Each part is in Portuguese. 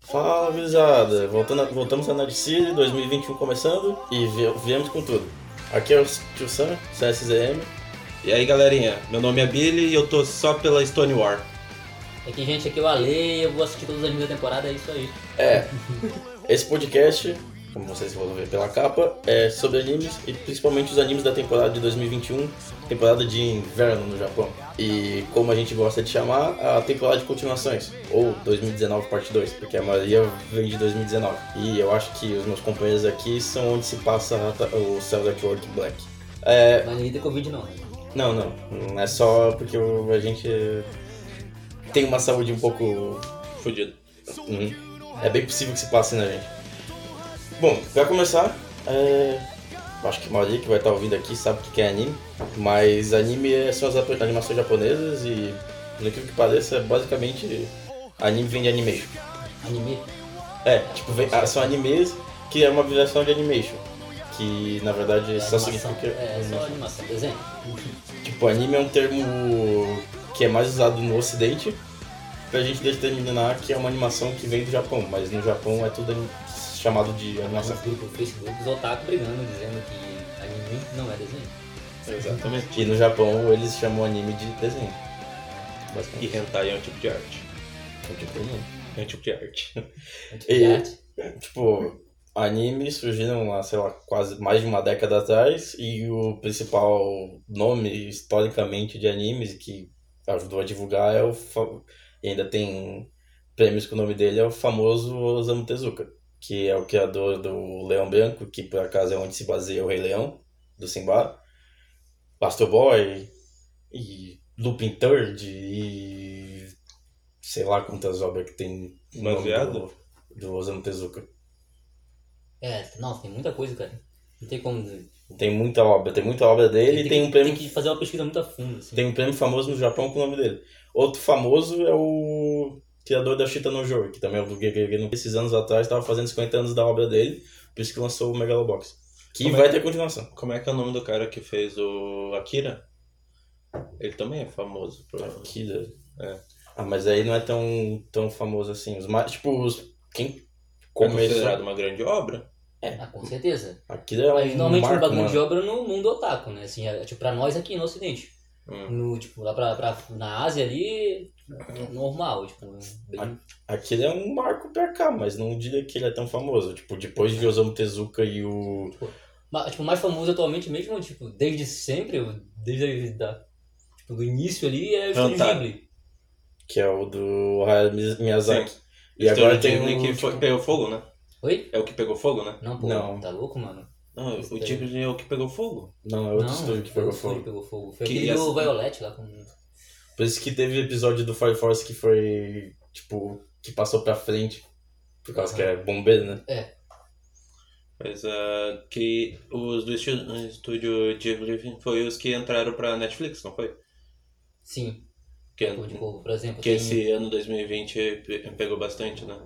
Fala, gurizada! Voltando a- voltamos a Narcise 2021 começando e vie- viemos com tudo. Aqui é o Tio Sam, CSZM. E aí galerinha, meu nome é Billy e eu tô só pela Stone War. É que, gente, aqui é o Ale, eu vou assistir todos os animes da temporada, é isso aí. É, esse podcast, como vocês vão ver pela capa, é sobre animes e principalmente os animes da temporada de 2021, temporada de inverno no Japão. E como a gente gosta de chamar, a temporada de continuações, ou 2019 parte 2, porque a maioria vem de 2019. E eu acho que os meus companheiros aqui são onde se passa a ta- o Cell da World Black. É, Mas ninguém tem Covid, não. Não, não. Não É só porque o- a gente tem uma saúde um pouco. Fudido. Uhum. É bem possível que se passe na gente. Bom, pra começar, é... acho que a maioria que vai estar ouvindo aqui sabe o que que é anime. Mas anime é- são as ap- animações japonesas e, no que pareça, é basicamente anime vem de animation. Anime. É, tipo, vem- ah, são animes que é uma abreviação de animation. Que na verdade É só animação. significa. É, só animação, desenho. Tipo, anime é um termo que é mais usado no ocidente pra gente determinar que é uma animação que vem do Japão, mas no Japão é tudo ani- chamado de Nossa, animação. grupo, Facebook, os otaku brigando, dizendo que anime não é desenho. Exatamente. E no Japão eles chamam anime de desenho. E Basicamente. hentai é um tipo de arte. É tipo anime. É um tipo de arte. É tipo E- de arte. Tipo, animes surgiram há, sei lá, quase mais de uma década atrás, e o principal nome historicamente de animes que ajudou a divulgar é o. fa- E ainda tem prêmios com o nome dele, é o famoso Osamu Tezuka, que é o criador do Leão Branco, que por acaso é onde se baseia o Rei Leão, do Simba, Astro Boy, e Lupin Third, e. sei lá quantas obras que tem. o nome Baseado? Do, do Osamu Tezuka. É, nossa, tem muita coisa, cara. Não tem como dizer. Tem muita obra, tem muita obra dele e tem um prêmio Tem que fazer uma pesquisa muito a fundo, assim. tem um prêmio famoso no Japão com o nome dele. Outro famoso é o criador da Chita no Joe, que também é do Gegege. Esses anos atrás estava fazendo 50 anos da obra dele, por isso que lançou o Megalobox. Que Como é vai que- ter continuação. Como é que é o nome do cara que fez o Akira? Ele também é famoso. Pro... Que doido. É. Ah, mas aí não é tão, tão famoso assim. Os mais, tipo, os, quem Como é começou... considerado uma grande obra. Ah, com certeza. Aquilo é um Mas normalmente marco, um bagulho mano. de obra no mundo otaku, né? Assim, é, tipo, pra nós aqui no ocidente. Hum. No, tipo, lá pra, pra- na Ásia ali, normal, tipo, bem... Aquilo é um marco pra cá, mas não diria que ele é tão famoso. Tipo, depois de Osamu Tezuka e o... Ma- tipo, o mais famoso atualmente mesmo, tipo, desde sempre, desde a, da, tipo, do início ali, Ah, é o Estúdio tá. Cantar. Ghibli. Que é o do Hayao Miyazaki. Sim. E agora tem Ghibli um que foi- pegou fogo, né? Oi? É o que pegou fogo, né? Não, pô, Não. tá louco, mano? Não, Esse o daí. Ghibli é o que pegou fogo. Não, é outro Não, estúdio que foi pegou outro estúdio fogo. que pegou fogo. Foi Que aquele essa- do Violet lá com... Por isso que teve episódio do Fire Force que foi, tipo, que passou pra frente. Por causa que é bombeiro, né? Mas ah, que os do estu- estúdio Ghibli foi os que entraram pra Netflix, não foi? Sim, Que, Fogo de Fogo, por exemplo. que tem, esse ano 2020 pe- pegou bastante, né?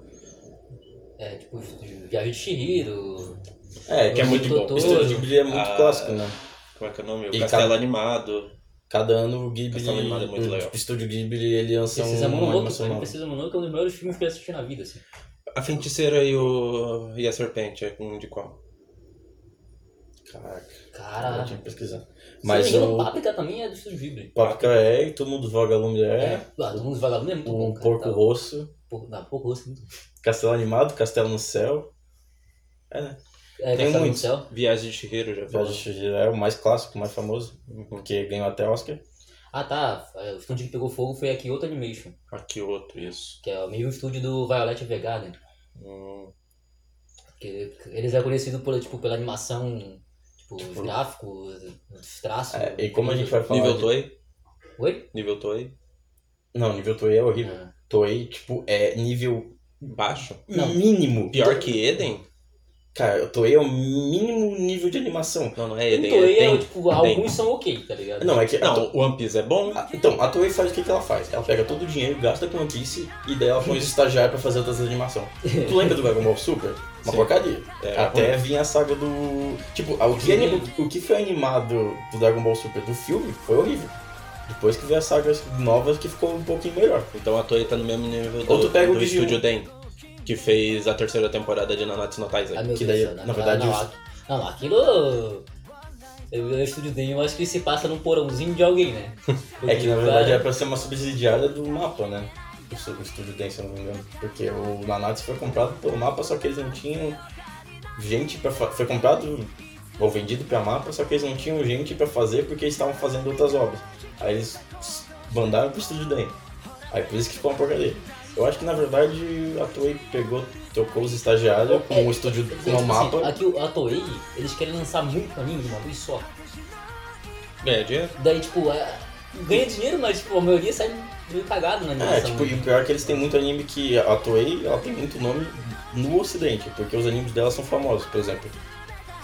É, tipo, o estúdio Viagem de Shihiro... É, que é Os muito bom. O Totoro. estúdio de Ghibli é muito Ah. clássico, né? Como é que é o nome? O E Castelo cada- Animado. Cada ano o Ghibli, Essa animada é muito o, legal. tipo, estúdio Ghibli, ele lança Precisa uma Mononoke, um pra animação mim, nova. Precisa Mononoke é um dos melhores filmes que eu assisti na vida, assim. A feiticeira e, o... e a serpente, é um de qual? Caraca, eu tinha Caralho. que pesquisar. Mas Mas Se Ah. não me engano, o Páprica também é do Estúdio Ghibli. Paprika é, e todo mundo voga lume é, Ah, todo mundo vagabundo é muito bom, o cara. Porco tá? Rosso, Porco- Não, Porco Rosso é muito Castelo Animado, Castelo no Céu. É, Tem Castelo no muitos. Céu. Viagem de Chihiro, já Viagem de falou. Chihiro é o mais clássico, o mais famoso, Uhum. porque ganhou até Oscar. Ah tá, é, o estúdio que pegou fogo foi a Kyoto Animation, Aqui outro, isso. que é o mesmo estúdio do Violet Evergarden. Hum, Que eles é conhecido por, tipo, pela animação, tipo, os Tipo- gráficos, os traços. É, e como a gente vai falar... Nível de- Toei? Oi? Nível Toei? Não, nível Toei é horrível. Ah, Toei, tipo, é nível Hum. Baixo? Não. mínimo. Pior que Eden? Cara, o Toei é o mínimo nível de animação. Não, não é Então, Eden, Toei é é, Eden. tipo, alguns são ok, tá ligado? Não, é que. a Não, To- o One Piece é bom? a- então, a Toei faz o que, que ela faz? Ela pega todo o dinheiro, gasta com One Piece e daí ela põe os estagiários pra fazer outras animações. tu lembra do Dragon Ball Super? Uma Sim. porcaria. É, Até vinha a saga do. Tipo, a- o que, anim- o que foi animado do Dragon Ball Super do filme foi horrível. Depois que veio as sagas novas que ficou um pouquinho melhor. Então a Toei tá no mesmo nível do, Ou tu pega o do Digimon. estúdio Den. que fez a terceira temporada de Nanatsu no Taizai. Ah, meu é que Deus daí, do na céu, não, verdade, não, os- aqui- não, aquilo. Eu, eu estúdio dele, eu acho que se passa num porãozinho de alguém, né? É que na verdade era pra ser uma subsidiária do mapa, né? O su- o estúdio tem, se eu não me engano. Porque o Nanatsu foi comprado pelo mapa, só que eles não tinham gente pra fazer. Foi comprado ou vendido pra mapa, só que eles não tinham gente pra fazer porque eles estavam fazendo outras obras. Aí eles s- mandaram pro estúdio daí. Aí por isso que ficou uma porcaria. Eu acho que na verdade a Toei pegou, trocou os estagiários com o estúdio É, com o tipo assim, um mapa. aqui o- a Toei, eles querem lançar muito anime de uma vez só. Ganha dinheiro? Daí, tipo, é, ganha dinheiro, mas tipo, a maioria sai meio cagado na animação. É, tipo, e o pior é que eles têm muito anime que a Toei, ela tem muito nome no ocidente, porque os animes dela são famosos, por exemplo,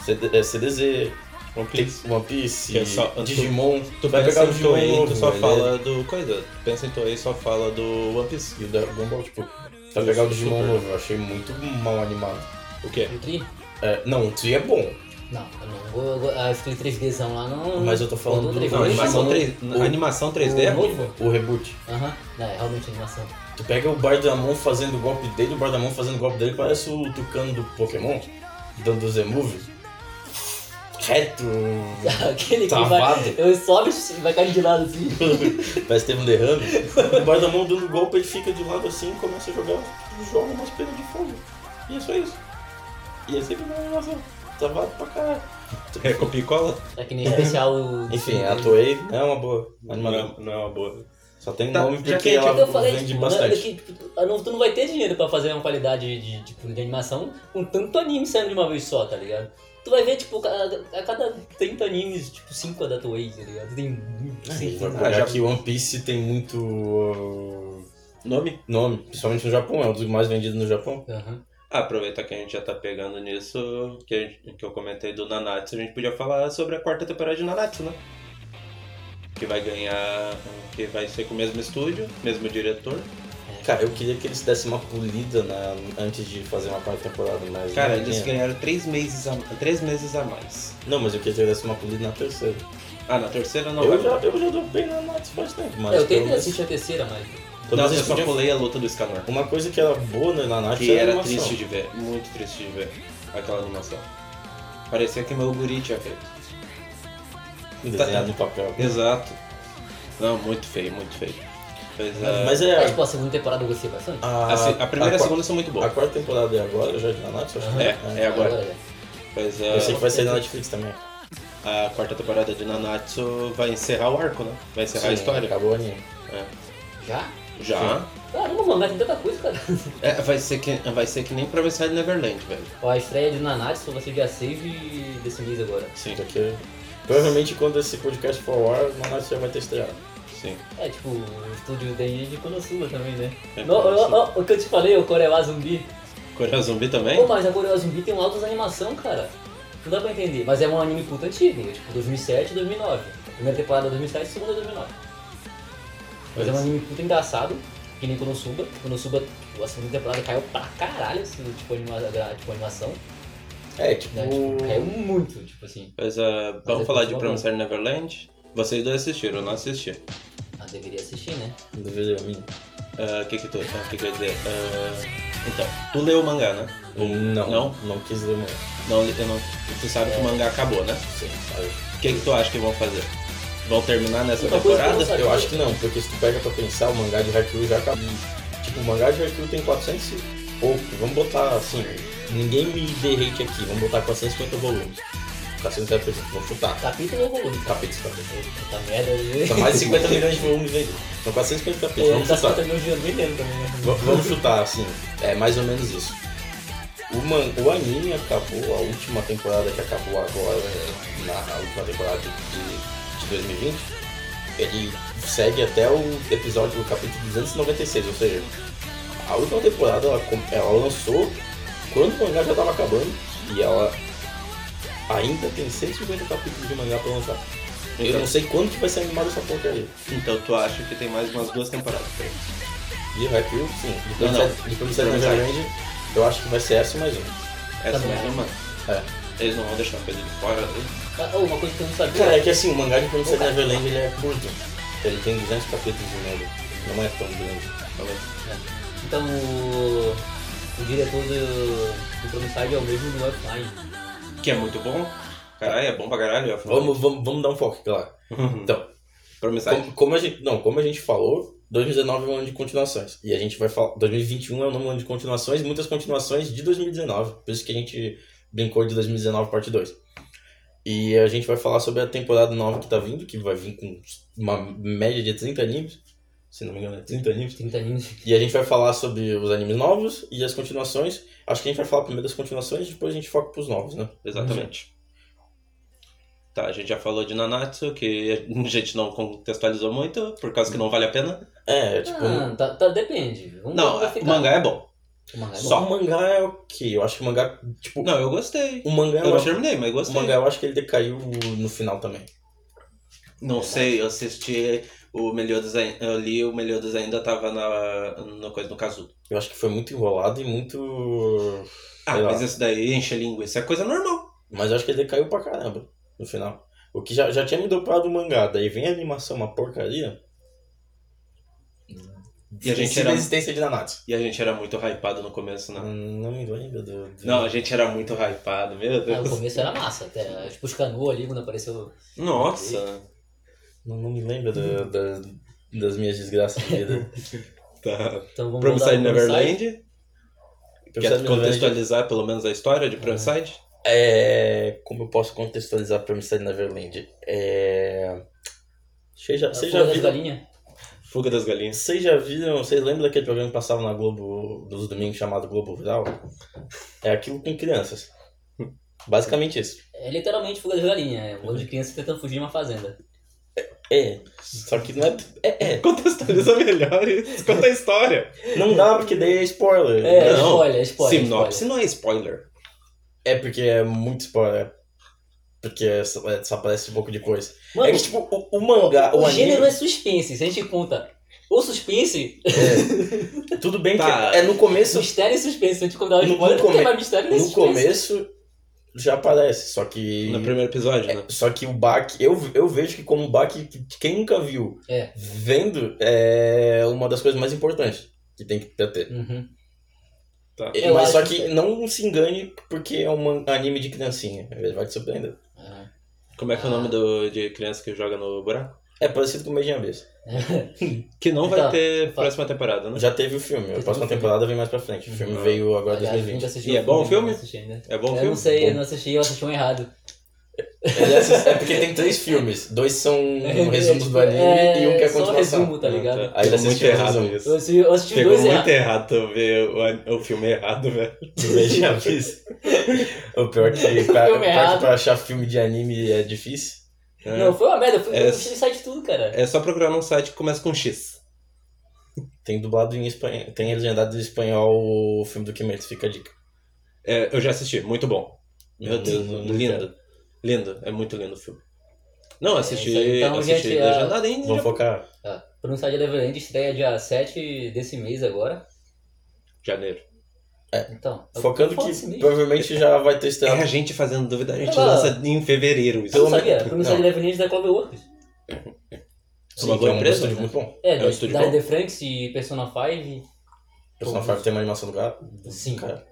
CD, é, CDZ, One Piece. One Piece, Que é só- tu- Digimon, Tu vai pegar o Digimon Toei e novo, tu só né? fala do coisa. Tu pensa em Toei e só fala do One Piece. E o Dragon Ball, tipo, tu vai pegar o Digimon Super. novo, eu achei muito mal animado. O quê? O Tri? É, não, o Tsu é bom, Não, eu não vou. eu vou- ah, Aquele 3Dzão lá não. Mas eu tô falando não do- três Não, Digimon, vezes. animação, o- 3, o- animação 3D é O ruim. novo? o reboot. Aham, não, é realmente animação. Tu pega o Bardamon fazendo o golpe dele, o Bardamon fazendo o golpe dele parece o Tucano do Pokémon, do, do Z-Move. Reto, Aquele Travado. que vai. Eu sobe e vai cair de lado assim. Parece que teve um derrame. O guarda-mão dando golpe, ele fica de lado assim, começa a jogar, tipo, joga umas penas de fogo. E é só isso. E é sempre uma animação. Travado pra caralho. É com picola? É que nem especial. o- Enfim, a Toei é uma boa Não, animação. é- não é uma boa. Só tem Tá, nome já porque que a gente- ela Eu falei, vende tipo, não, bastante. que, tipo, não- tu não vai ter dinheiro pra fazer uma qualidade de, tipo, de animação com tanto anime saindo de uma vez só, tá ligado? Tu vai ver, tipo, a, a cada 30 animes, tipo, 5 é da Toei, tá ligado? Tem muito, Sim, sim, vai sim. pegar já- Ah, que One Piece tem muito uh, Nome? nome, principalmente no Japão, é um dos mais vendidos no Japão. Aham. Ah, aproveitar que a gente já tá pegando nisso, que, a gente- que eu comentei do Nanatsu, a gente podia falar sobre a quarta temporada de Nanatsu, né? Que vai ganhar. Que vai ser com o mesmo estúdio, mesmo diretor. Cara, eu queria que eles dessem uma polida na- antes de fazer uma quarta temporada, mas. Cara, não eles tinha. ganharam três meses, a, três meses a mais. Não, mas eu queria que eles dessem uma polida na terceira. Ah, na terceira não. vai Eu já, mudar. eu já dou bem na Nath faz tempo, mas. É, eu pelo tentei menos- assistir a terceira, mas. pelo Não, menos eu eles só podiam- pulei a luta do Scanor. Uma coisa que era boa né, na Nath Que era, a era animação. triste de ver, muito triste de ver aquela animação. Parecia que meu guri tinha feito. Desenhado no papel. Exato. Não, muito feio, muito feio. Mas, é, Mas é. Mas, tipo, a segunda temporada eu gostei bastante. A, a, se- a primeira e a qua- segunda são muito Ah, A boas. quarta temporada é agora, já de na Nath, acho que É, é agora. né? Mas é, Eu sei que vai sair na Netflix também. a quarta temporada de Nanatsu vai encerrar o arco, né? Vai encerrar Sim, a história. Acabou o anime. É. Já? Ah, Já. Caramba, mano, tem tanta coisa, cara. É, vai, ser que, vai ser que nem Promissar de Neverland, velho. Ó, a estreia de Nanatsu vai ser dia 6 de- desse mês agora. Sim, Só que. é- Provavelmente quando esse podcast for ao ar, na Nath já vai ter estreado. sim. É, tipo, o estúdio tem de Konosuba também, né? É, No- Konosuba. ó, ó, o que eu te falei, o Coreia Zumbi. Coreia Zumbi também? Pô, mas a Coreia Zumbi tem um altas animação, cara. Não dá pra entender. Mas é um anime puta antigo, tipo 2007 e 2009. Primeira temporada é 2007 segunda é 2009. Mas é um Pois. anime puta engraçado, que nem Konosuba. Konosuba, tipo, a segunda temporada caiu pra caralho, assim, tipo, anima, gra- tipo, animação. É, tipo. Né? Tipo, caiu muito, tipo assim. Mas é, vamos é falar de Konosuba Promissar de Neverland? Vocês dois assistiram, eu não assisti. Ah, deveria assistir, né? DVD mim. Ah, O que que tu... O que quer dizer? Ah, então, tu leu o mangá, né? Não, Não? não quis ler mais. Não, eu não... Tu sabe que o mangá acabou, né? Sim, sabe? O que que tu acha que vão fazer? Vão terminar nessa Então, Uma coisa que eu temporada? não sabia. Eu acho que não, porque se tu pega pra pensar, o mangá de Haikyuu já acabou. Tipo, o mangá de Haikyuu tem 400 e pouco. Vamos botar assim, ninguém me derrete aqui. Vamos botar 450 volumes. 450 volumes, vou chutar. Capítulo ou volume? Capítulos, capítulos. Puta merda, Tá mais de 50 milhões de volumes aí. São 450 Pô, capítulos, ele tá vamos chutar. 50 mil dinheiro bem dentro também, né? V- vamos chutar, assim, é mais ou menos isso. O, man, o anime acabou, a última temporada que acabou agora, é, na, na última temporada de, de 2020, ele segue até o episódio, o capítulo 296, ou seja, a última temporada ela, com- ela lançou quando o mangá já estava acabando e ela ainda tem 150 capítulos de mangá pra lançar. Eu Então- não sei quando que vai ser animado essa porcaria. Então tu acha que tem mais umas duas temporadas? pra ele? De Haikyuu, um sim. De Não, não. Promised- De Promised Neverland, eu acho que vai ser essa mais um. uma. Essa Tá mais bom. uma. É. Eles não vão deixar coisa de fora. né? Ah, oh, uma coisa que eu não sabia. Cara, é que assim, o mangá de Promised Neverland ele é curto. Ele tem 200 capítulos de novo. Não é tão grande. Talvez. Então, o- O diretor do, do Promisside é o mesmo do Offline. Que é muito bom. Caralho, é bom pra caralho. eu falo. Vamos, vamos, vamos dar um foco, claro. Então, Promissagem. como, como a gente, não, como a gente falou, 2019 é um ano de continuações. E a gente vai falar. 2021 é um ano de continuações, muitas continuações de 2019. Por isso que a gente brincou de 2019 parte 2. E a gente vai falar sobre a temporada nova que tá vindo, que vai vir com uma média de 30 animes. Se não me engano, é 30 animes. 30 animes. E a gente vai falar sobre os animes novos e as continuações. Acho que a gente vai falar primeiro das continuações e depois a gente foca pros novos, né? Exatamente. Tá, a gente já falou de Nanatsu, que a gente não contextualizou muito, por causa que não vale a pena. É, tipo. Ah, tá, tá, depende. Vamos Não, ver como vai o ficar. mangá é bom. O mangá é Só bom. o mangá é o quê? Eu acho que o mangá. Tipo, Não, eu gostei. o É mangá Eu eu não acho. terminei, mas O gostei. mangá eu acho que ele decaiu no final também. Não sei, eu assisti o melhor desenho. Eu li o melhor desenho ainda tava na, no coisa do Kazu. Eu acho que foi muito enrolado e muito. Ah, Sei lá. mas isso daí enche a linguiça, é coisa normal. Mas eu acho que ele decaiu pra caramba no final. O que já, já tinha me dobrado o mangá, daí vem a animação, uma porcaria. E a gente Esse era- resistência de Nanatsu. E a gente era muito hypado no começo, Hum. né? Não me lembro do. do- Não, a gente era muito hypado, meu Ah, o Deus. começo era massa, até. Tipo, os canoas ali quando apareceu. Nossa. Não, não me lembro do- da- das minhas desgraças de vida. Tá. Então vamos voltar Promisside ao Promisside. Neverland. Quer é contextualizar pelo menos a história de Promisside? É, como eu posso contextualizar para Missão Neverland? É... Vocês já, A vocês já É, Fuga das viram, galinhas. Fuga das Galinhas. vocês já viram, vocês lembram daquele programa que passava na Globo nos domingos chamado Globo Rural? É aquilo com crianças. Basicamente isso. É literalmente Fuga das galinhas. É um bando de crianças tentando fugir de uma fazenda. É, só que não é, é, é. Contextualiza melhor e conta a história. Não dá porque daí é spoiler. É, Não. spoiler, spoiler. Sinopse não é spoiler. É porque é muito spoiler. Porque é, só é, só aparece um pouco depois. spoiler. Mano, é que tipo, o, o mangá, o, o anime... gênero é suspense. Se a gente conta o suspense, é, tudo bem Tá. que é no começo mistério e suspense. Se a gente contar o No- no spoiler, porque come- mais mistério nem No suspense. começo já aparece, só que. No primeiro episódio, É. né? Só que o baque. Eu, eu vejo que como um baque que quem nunca viu É. vendo é uma das coisas mais importantes que tem que ter. Uhum. Tá. Eu Mas acho só que que- é. não se engane porque é um anime de criancinha. Ele vai te surpreender. Ah. Como é que é o nome do, de criança que joga no buraco? É parecido com o Beijinho Besta. Que não vai Tá. ter Tá. próxima temporada, né? Já teve o filme, a Teve próxima o filme. temporada vem mais pra frente. O filme Uhum. veio agora em Aliás, um a gente 2020. assistiu E é bom o filme? Eu não assisti ainda. É bom Eu filme? não sei, Bom. eu não assisti, eu assisti um errado. Ele assiste- é porque tem três filmes. Dois são É, um resumos do anime É, e um que é a Só continuação. resumo, tá ligado? Ah, tá. Aí Pegou você muito assistiu errado razão. Eu isso. assisti, eu assisti Pegou dois muito errados. errado ver o, an- o filme errado, velho. Tu veja isso. O pior é que, pra, Filme é pior que errado. pra achar filme de anime é difícil. É. Não, foi uma merda, eu fui É. eu assisti site tudo, cara. É só procurar num site que começa com X. Tem dublado em espanhol. Tem legendado em espanhol o filme do Kimetsu, fica a dica. É, eu já assisti, muito bom. Meu Uhum, Hum, Deus, não lindo. Lindo, é muito lindo o filme. Não, assisti, isso aí. Então, assisti gente, legendado ainda. Vamos focar. Ah, Pronunciar de Neverland estreia dia 7 desse mês agora. Janeiro. Então, eu- Focando eu falo assim esse que mês. provavelmente já vai ter É a estreado. gente fazendo dúvida, a gente Ah. lança em fevereiro. Isso. Eu não sabia, Não. Pronunciar de Neverland da Cloverworks. Sim, uma que é boa um empresa, estúdio né? muito bom. É, um da, estúdio da bom. The Franks e Persona 5. Persona Todos. 5 tem uma animação do gato. Sim, Cara.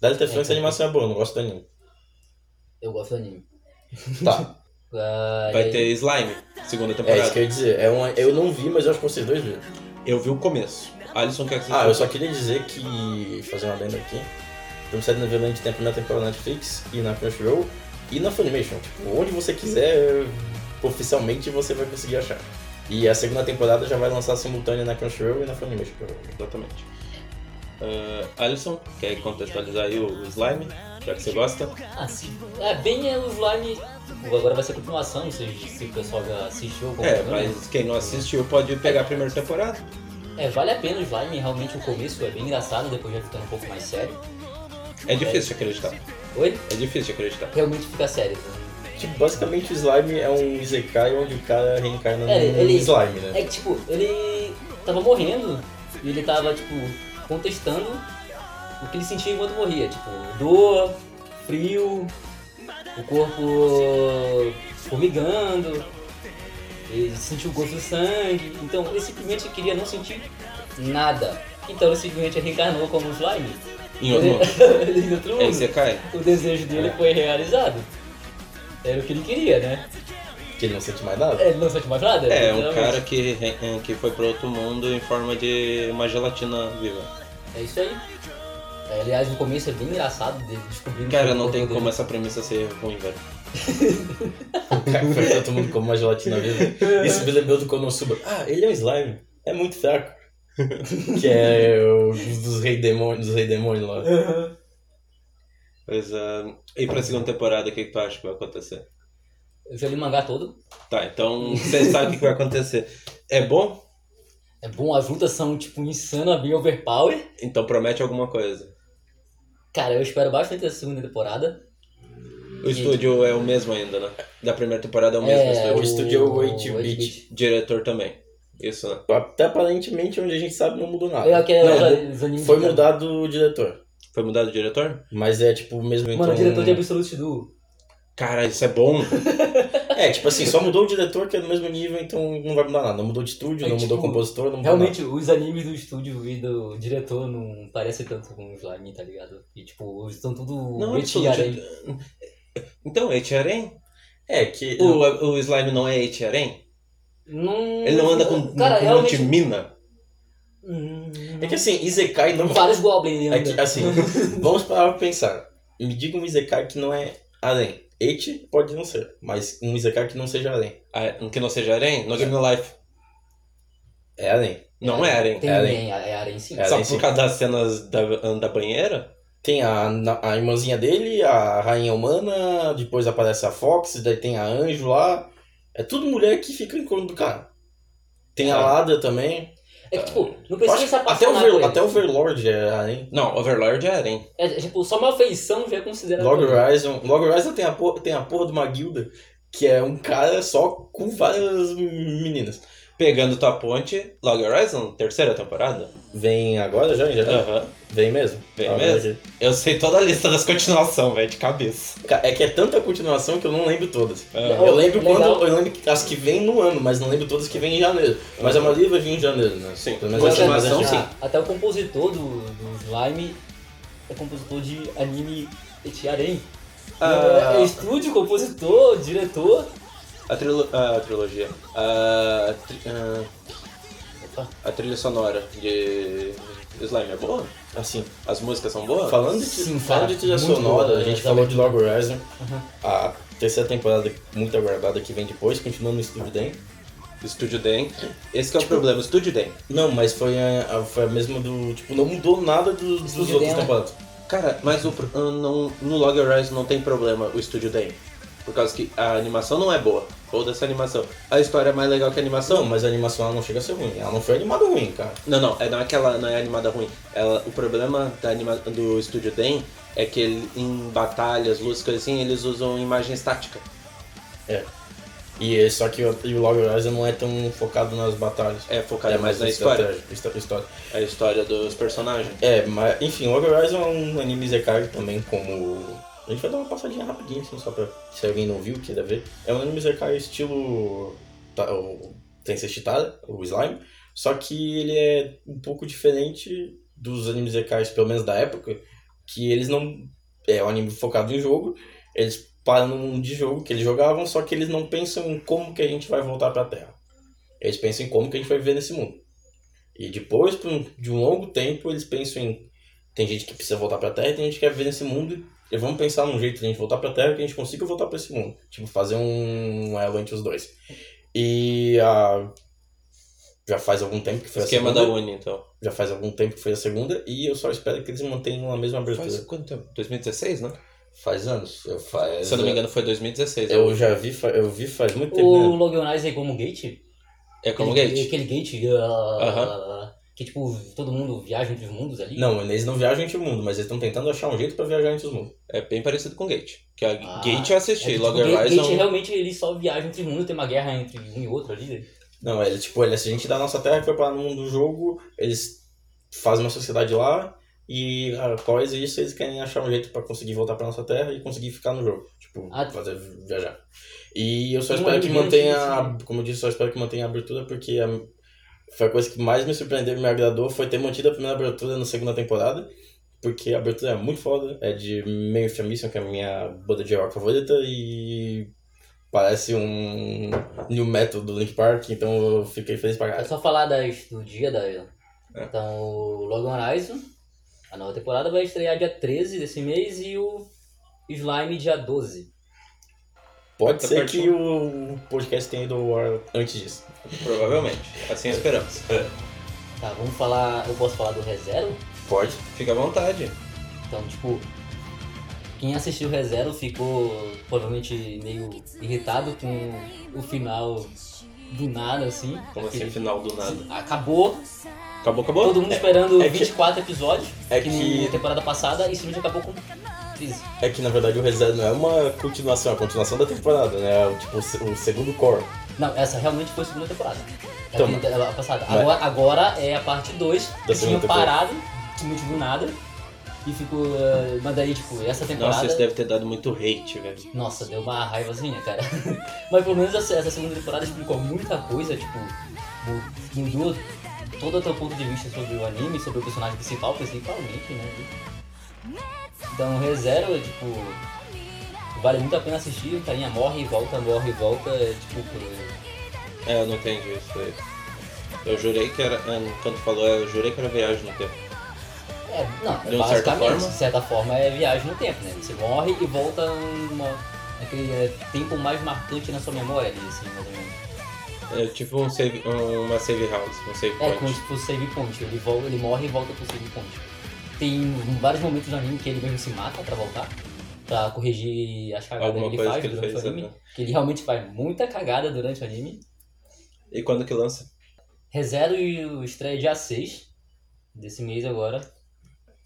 Delta Franks a animação é boa, eu não gosto do anime. eu gosto do anime. Tá, Ah, e Vai aí- ter Slime, segunda é temporada. isso que eu ia dizer. É uma... Eu não vi, mas eu acho que vocês dois viram. Eu vi o começo. Alisson quer assistir. Ah, eu só queria dizer que. fazer uma lenda aqui. Promissade na Violente tem a primeira temporada na Netflix e na Crunchyroll e na Funimation. Tipo, onde você quiser, oficialmente você vai conseguir achar. E a segunda temporada já vai lançar simultânea na Crunchyroll e na Funimation. provavelmente. Exatamente. Ah, Alisson, quer contextualizar aí o Slime, já que você gosta? Ah, sim. É, bem é o slime. Tipo, agora vai ser continuação, se, se o pessoal já assistiu né? ou É, mas quem não assistiu pode pegar a primeira temporada. É, vale a pena o slime, realmente o começo é bem engraçado, depois vai ficando um pouco mais sério. É difícil de acreditar. Oi? É difícil de acreditar. Realmente fica sério. tá? Tipo, basicamente o slime é um Isekai onde o cara reencarna É, num ele- slime, né? É que tipo, ele tava morrendo e ele tava, tipo, contestando o que ele sentia enquanto morria, tipo, dor, frio, o corpo formigando, ele sentiu o gosto do sangue, então ele simplesmente queria não sentir nada. Então ele simplesmente reencarnou como um slime. Em outro mundo. Ele- em outro Aí mundo. você cai. O desejo dele foi realizado. Era o que ele queria, né? Que ele não sente mais nada. Ele não sente mais nada? então, É, um literalmente. cara que, que foi pro outro mundo em forma de uma gelatina viva. É isso aí. É, aliás, no começo é bem engraçado dele descobrindo. Cara, que o não corpo tem um dele- como essa premissa ser ruim, velho. Cara, foi todo mundo como uma gelatina viva. Isso me lembrou do Konosuba. Ah, ele é um slime. É muito fraco. que é o dos rei demônios, dos rei demônios lá. Aham. Mas, ah, e pra segunda temporada, o que que tu acha que vai acontecer? Eu já li o mangá todo. Tá, então você sabe o que que vai acontecer. É bom? É bom, as lutas são, tipo, insana, bem overpower. Então promete alguma coisa. Cara, eu espero bastante a segunda temporada. O estúdio é o mesmo ainda, né? Da primeira temporada é o mesmo É, o estúdio. estúdio é o 8 8 bit. Diretor também. Isso, né? Até aparentemente, onde a gente sabe, não mudou Ah, nada. É aquele Não, os animes Foi de- mudado o diretor. Foi mudado o diretor? Mas é tipo o mesmo Mano, então- o diretor de né? Absolute Duo. Cara, isso é bom. É, tipo assim, só mudou o diretor que é do mesmo nível, então não vai mudar nada. Não mudou de estúdio, É, não mudou o tipo, compositor, não mudou nada. Realmente, os animes do estúdio e do diretor não parecem tanto com os anime, tá ligado? E, tipo, eles estão tudo... Não, eti absoluto. arém. Então, é Etiarém? É, que. O, o slime não é Etiarém? Não... Ele não anda com, Cara, com um monte realmente... de mina? Hum, É que assim, Izekai não. Vários Goblin É anda. que, assim, vamos parar pra pensar. Me diga um Izekai que não é além. Eti pode não ser, mas um Izekai que não seja além. Ah, que não seja Arém? No Game No Life. É além. Não é Arém. Tem É arém, é arém sim. É. Só Eren, por sim. causa das cenas da, da banheira? Tem a, na- a irmãzinha dele, a rainha humana, depois aparece a Fox, daí tem a Anjo lá. É tudo mulher que fica em torno do cara. Tem a É. Lada também. É que, tipo, não Eu precisa acho se que até, o apaixonar Ver- por ele. até o Overlord é além. Não, Overlord é Arém. É, é, tipo, só uma afeição já é considerada... Log Horizon, Log Horizon tem, a porra, tem a porra de uma guilda que é um cara só com várias meninas. Pegando tua ponte, Log Horizon, terceira temporada? Vem agora já? já Aham. Vem mesmo? Ah. Vem Ah, mesmo? Eu sei toda a lista das continuações, velho, de cabeça. Ca- É que é tanta continuação que eu não lembro todas. Aham. eu lembro legal. quando. Eu lembro as que vêm no ano, mas não lembro todas que vêm em janeiro. Mas a Uhum. maioria vai vir em janeiro, né? Sim. Pelo menos Até, essa Continuação, mais sim. antiga. ah, até o compositor do, do Slime é compositor de anime Etiarém. Ah. É estúdio, compositor, diretor. A, trilo a trilogia. A, tri ah, a trilha sonora de Slime é boa? Assim, As músicas são boas? falando de, Sim, falando cara, de trilha muito sonora, boa, a gente exatamente. Uhum. falou de Log Horizon. A terceira temporada muito aguardada que vem depois, continuando no Studio Den. Estúdio Den. Esse que é o problema, Estúdio Den. Não, mas foi a, a- foi a mesma do. Tipo, não mudou nada do- dos Studio outros Den, né? temporadas. Cara, mas o, pro- ah, não, no Log Horizon não tem problema o Estúdio Den. Por causa que a animação não é boa. Ou dessa animação. A história é mais legal que a Não, animação. mas a animação ela não chega a ser ruim. Ela não foi animada ruim, cara. Não, não, é, não é que ela não é animada ruim. Ela, o problema da anima, do Estúdio Den é que ele- em batalhas, lutas, coisas assim, eles usam imagem estática. É. E é- só que o, e o Log Horizon não é tão focado nas batalhas. É focado É mais na na história. estratégia, história. A história dos personagens. É, mas enfim, Log Horizon é um anime Zekai também como. A gente vai dar uma passadinha rapidinho, assim, só pra. Se alguém não viu, queira ver. É um anime Zekai estilo. Tá, o... Tem Chitada, o Slime. Só que ele é um pouco diferente dos animes Zekais, pelo menos da época, que eles não. É um anime focado em jogo. Eles param no mundo de jogo que eles jogavam, só que eles não pensam em como que a gente vai voltar pra Terra. Eles pensam em como que a gente vai viver nesse mundo. E depois por um- de um longo tempo, eles pensam em. Tem gente que precisa voltar pra Terra e tem gente que quer viver nesse mundo. E vamos pensar num jeito de a gente voltar pra Terra que a gente consiga voltar pra esse mundo. Tipo, fazer um elo entre os dois. E a. Já faz algum tempo que foi a Esquema da segunda- Uni, então. já faz algum tempo que foi a segunda e eu só espero que eles mantenham a mesma abertura. Faz Faz, quanto tempo? 2016, né? anos. Eu faz, Se eu não me engano, foi 2016. É Eu já vi, fa- eu vi faz muito tempo. O né? Logionize é como Gate? É como aquele, Gate. Aquele Gate ah, que, tipo, todo mundo viaja entre os mundos ali. Não, eles não viajam entre o mundo, mas eles estão tentando achar um jeito pra viajar entre os mundos. É bem parecido com Gate. Que a Ah, Gate eu É assisti, que, tipo, Log Gate- Horizon. Gate realmente ele só viaja entre os mundos, tem uma guerra entre um e outro ali. Não, ele tipo, ele, se a gente da nossa terra que foi para o mundo do jogo, eles fazem uma sociedade lá e após isso eles querem achar um jeito pra conseguir voltar pra nossa terra e conseguir ficar no jogo, tipo, Ah, fazer viajar. E eu só Um espero que anime mantenha, antigo, assim. como eu disse, só espero que mantenha a abertura porque a- foi a coisa que mais me surpreendeu e me agradou foi ter mantido a primeira abertura na segunda temporada. porque a abertura é muito foda. É de Meio Família, que é a minha banda de rock favorita, e parece um New Metal do Link Park, então eu fiquei feliz pra É caralho. só falar das, do dia da. É. Então, o Logan Horizon, a nova temporada, vai estrear dia 13 desse mês e o Slime dia 12. Pode Tá ser pertinho. que o podcast tenha ido ao ar antes disso. Provavelmente. Assim esperamos. Tá, vamos falar. Eu posso falar do ReZero? Pode. Fica à vontade. Então, tipo, quem assistiu ReZero ficou provavelmente meio irritado com o final do nada, assim. Como assim, Porque final do nada? Acabou, Acabou, acabou? todo mundo esperando é que- 24 episódios, é que, que- na temporada passada, e simplesmente acabou com 13. É que na verdade o Reset não é uma continuação, é a continuação da temporada, né? É o, tipo o se- o segundo core. Não, essa realmente foi a segunda temporada. É Então, a primeira- ela- a passada. mas- Agora, agora é a parte 2, que tinha segunda temporada. parado, que não tinha nada, e ficou... eh, mas daí, tipo, essa temporada... Nossa, isso deve ter dado muito hate, velho. Nossa, deu uma raivazinha, cara. Mas pelo menos essa, essa segunda temporada explicou muita coisa, tipo, mu- mudou todo o teu ponto de vista sobre o anime, sobre o personagem principal, principalmente, né? Então, ReZero, tipo, vale muito a pena assistir, o carinha morre e volta, morre e volta, é, tipo, por- É, eu não entendi isso aí. Eu jurei que era. ah, Quando falou, eu jurei que era viagem no tempo. é, não, De uma certa basicamente, forma. de certa forma, é viagem no tempo, né? Você morre e volta numa, naquele é, tempo mais marcante na sua memória ali, assim, mais ou menos. É tipo um save, uma save house, um save É, como point. tipo o save point. Ele, vol- ele morre e volta pro save point. Tem vários momentos no anime que ele mesmo se mata pra voltar. Pra corrigir as cagadas Alguma que ele coisa faz que ele durante fez, o anime. né? Que ele realmente faz muita cagada durante o anime. E quando que lança? Rezero e o estreia dia 6 desse mês agora.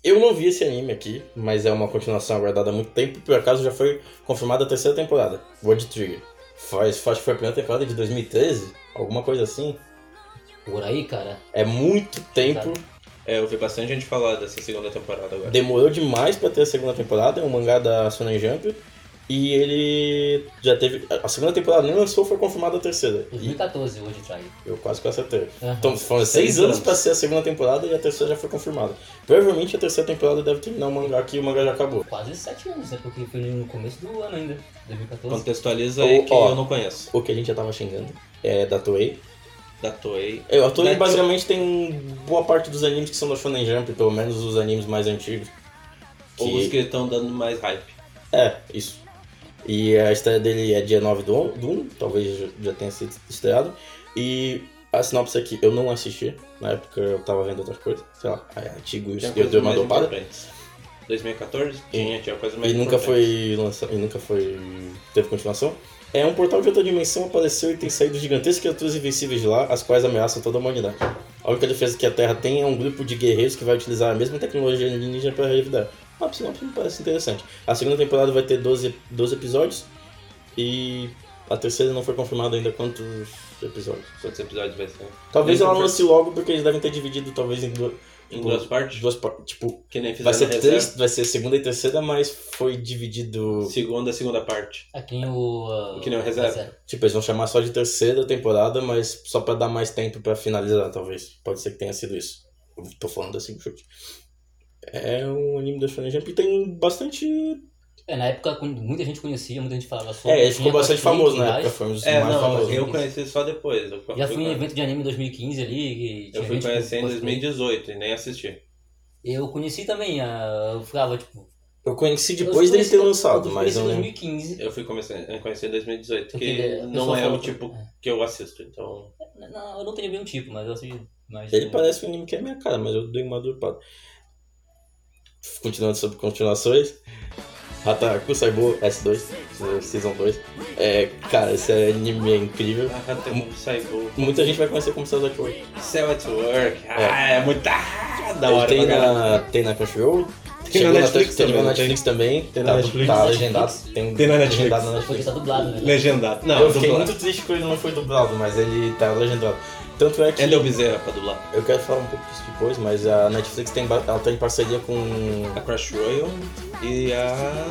Eu não vi esse anime aqui, mas é uma continuação aguardada há muito tempo. Por acaso já foi confirmada a terceira temporada, World Trigger. Faz, faz foi a primeira temporada de 2013, alguma coisa assim. Por aí, cara. É muito tempo. É, eu vi bastante gente falar dessa segunda temporada agora. Demorou demais pra ter a segunda temporada, é um mangá da Shonen Jump. E ele já teve. A segunda temporada nem lançou, foi confirmada a terceira. E 2014, hoje Trial. eu quase que acertei. Aham. Então foram seis Uhum. Seis anos anos. pra ser a segunda temporada e a terceira já foi confirmada. Provavelmente a terceira temporada deve terminar o mangá aqui e o mangá já acabou. Quase 7 anos, né? Porque foi no começo do ano ainda. 2014. Contextualiza Ô, aí que ó. eu não conheço. O que a gente já tava xingando é da Toei. Da Toei. É, A Toei Da- basicamente tem boa parte dos animes que são da Shonen Jump, pelo menos os animes mais antigos. Ou os Que... que estão dando mais hype. É, isso. E a estreia dele é dia 9 do 1, do 1 talvez já- já tenha sido estreado. E a sinopse aqui eu não assisti, na época eu tava vendo outras coisas, sei lá, é antigo e Tinha eu dei coisas uma mais dopada. importantes. 2014? Tinha, é, tinha coisa mais E nunca importante. foi lançado, e nunca foi. teve continuação. É um portal de outra dimensão apareceu e tem saído gigantescas criaturas invencíveis de lá, as quais ameaçam toda a humanidade. A única defesa que a Terra tem é um grupo de guerreiros que vai utilizar a mesma tecnologia alienígena para revidar. Uma sinopse me parece interessante. A segunda temporada vai ter 12, 12 episódios e a terceira não foi confirmada ainda quantos episódios. Quantos episódios vai ser? Talvez Nem ela confirma. lance logo porque eles devem ter dividido talvez em duas, Em duas partes? duas par- tipo, Que nem fizeram vai ser reserva. três, vai ser segunda e terceira, mas foi dividido Segunda, segunda parte. Aqui É o. ah, Que nem o ReZero. Tipo, eles vão chamar só de terceira temporada, mas só pra dar mais tempo pra finalizar, talvez. Pode ser que tenha sido isso. Eu tô falando assim, chute. É um anime da Shonen Jump e tem bastante... É, na época quando muita gente conhecia, muita gente falava sobre. É, ele ficou tinha bastante cosplay e famoso tudo na mais. época, foi um dos É, mais não, famosos. eu conheci só depois. Eu Já fui fui, em evento de anime em 2015 ali. Que eu fui tinha gente com conhecer em cosplay. 2018 e nem assisti. Eu conheci também, a... eu ficava tipo. Eu conheci eu depois dele conheci- ter lançado, eu mas conheci em eu não... 2015. Eu fui começar, eu conheci em 2018, porque que a não pessoa é falou o que- tipo que eu assisto, então. é. Não, eu não teria bem um tipo, mas eu assisti. Mas... Ele parece um anime que é minha cara, mas eu dei uma dropada. Continuando sobre continuações. Hataku Saibo S2, Season 2. É, cara, esse anime é incrível. Ah, tem um Saibou. Muita gente vai conhecer como Saibo World. Cell at Work. é Ah, é muito ah, da hora. tem, pra caralho. na, tem na Crunchyroll. na Chegou na Netflix tem na também, Netflix também. Tem na tá, Netflix. Tá legendado. Tem, Tem na Netflix. legendado na Porque Netflix. tá dublado, né? Legendado. Não, eu fiquei dublado. muito triste que ele não foi dublado, mas ele tá legendado. Tanto é que Ele é o Bezerra pra dublar. eu quero falar um pouco disso depois, mas a Netflix tem, ba- ela tem parceria tá com A Crash Royale. E a.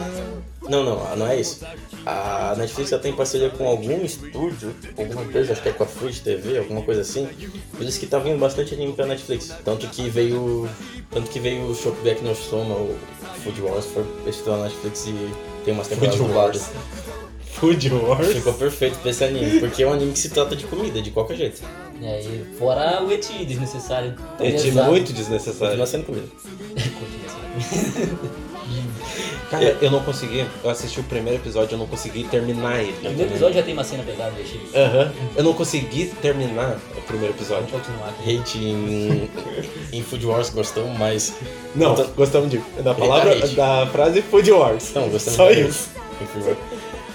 Não, não, não é isso. A Netflix já tem parceria com algum estúdio, alguma coisa, acho que é com a Fruit TV, alguma coisa assim. Por isso que tá vindo bastante anime pra Netflix. Tanto que veio. Tanto que veio o Shokugeki no Soma, o Food Wars, foi estudar na Netfix e tem umas temporadas Food dubladas. Food Wars. um Ficou perfeito pra esse anime, porque é um anime que se trata de comida, de qualquer jeito. E aí, fora o eti desnecessário. É de Exato. muito Continua desnecessário. sendo comida. Cara, eu não consegui. Eu assisti o primeiro episódio, eu não consegui terminar ele. No primeiro um episódio já tem uma cena pesada do eti Aham. Eu não consegui terminar o primeiro episódio. Vamos continuar aqui. Hate em, em Food Wars gostou, mas. Não, Então- gostamos de, da palavra, Hate. da frase Food Wars. Não, gostamos Só de- isso. Enfim, vai.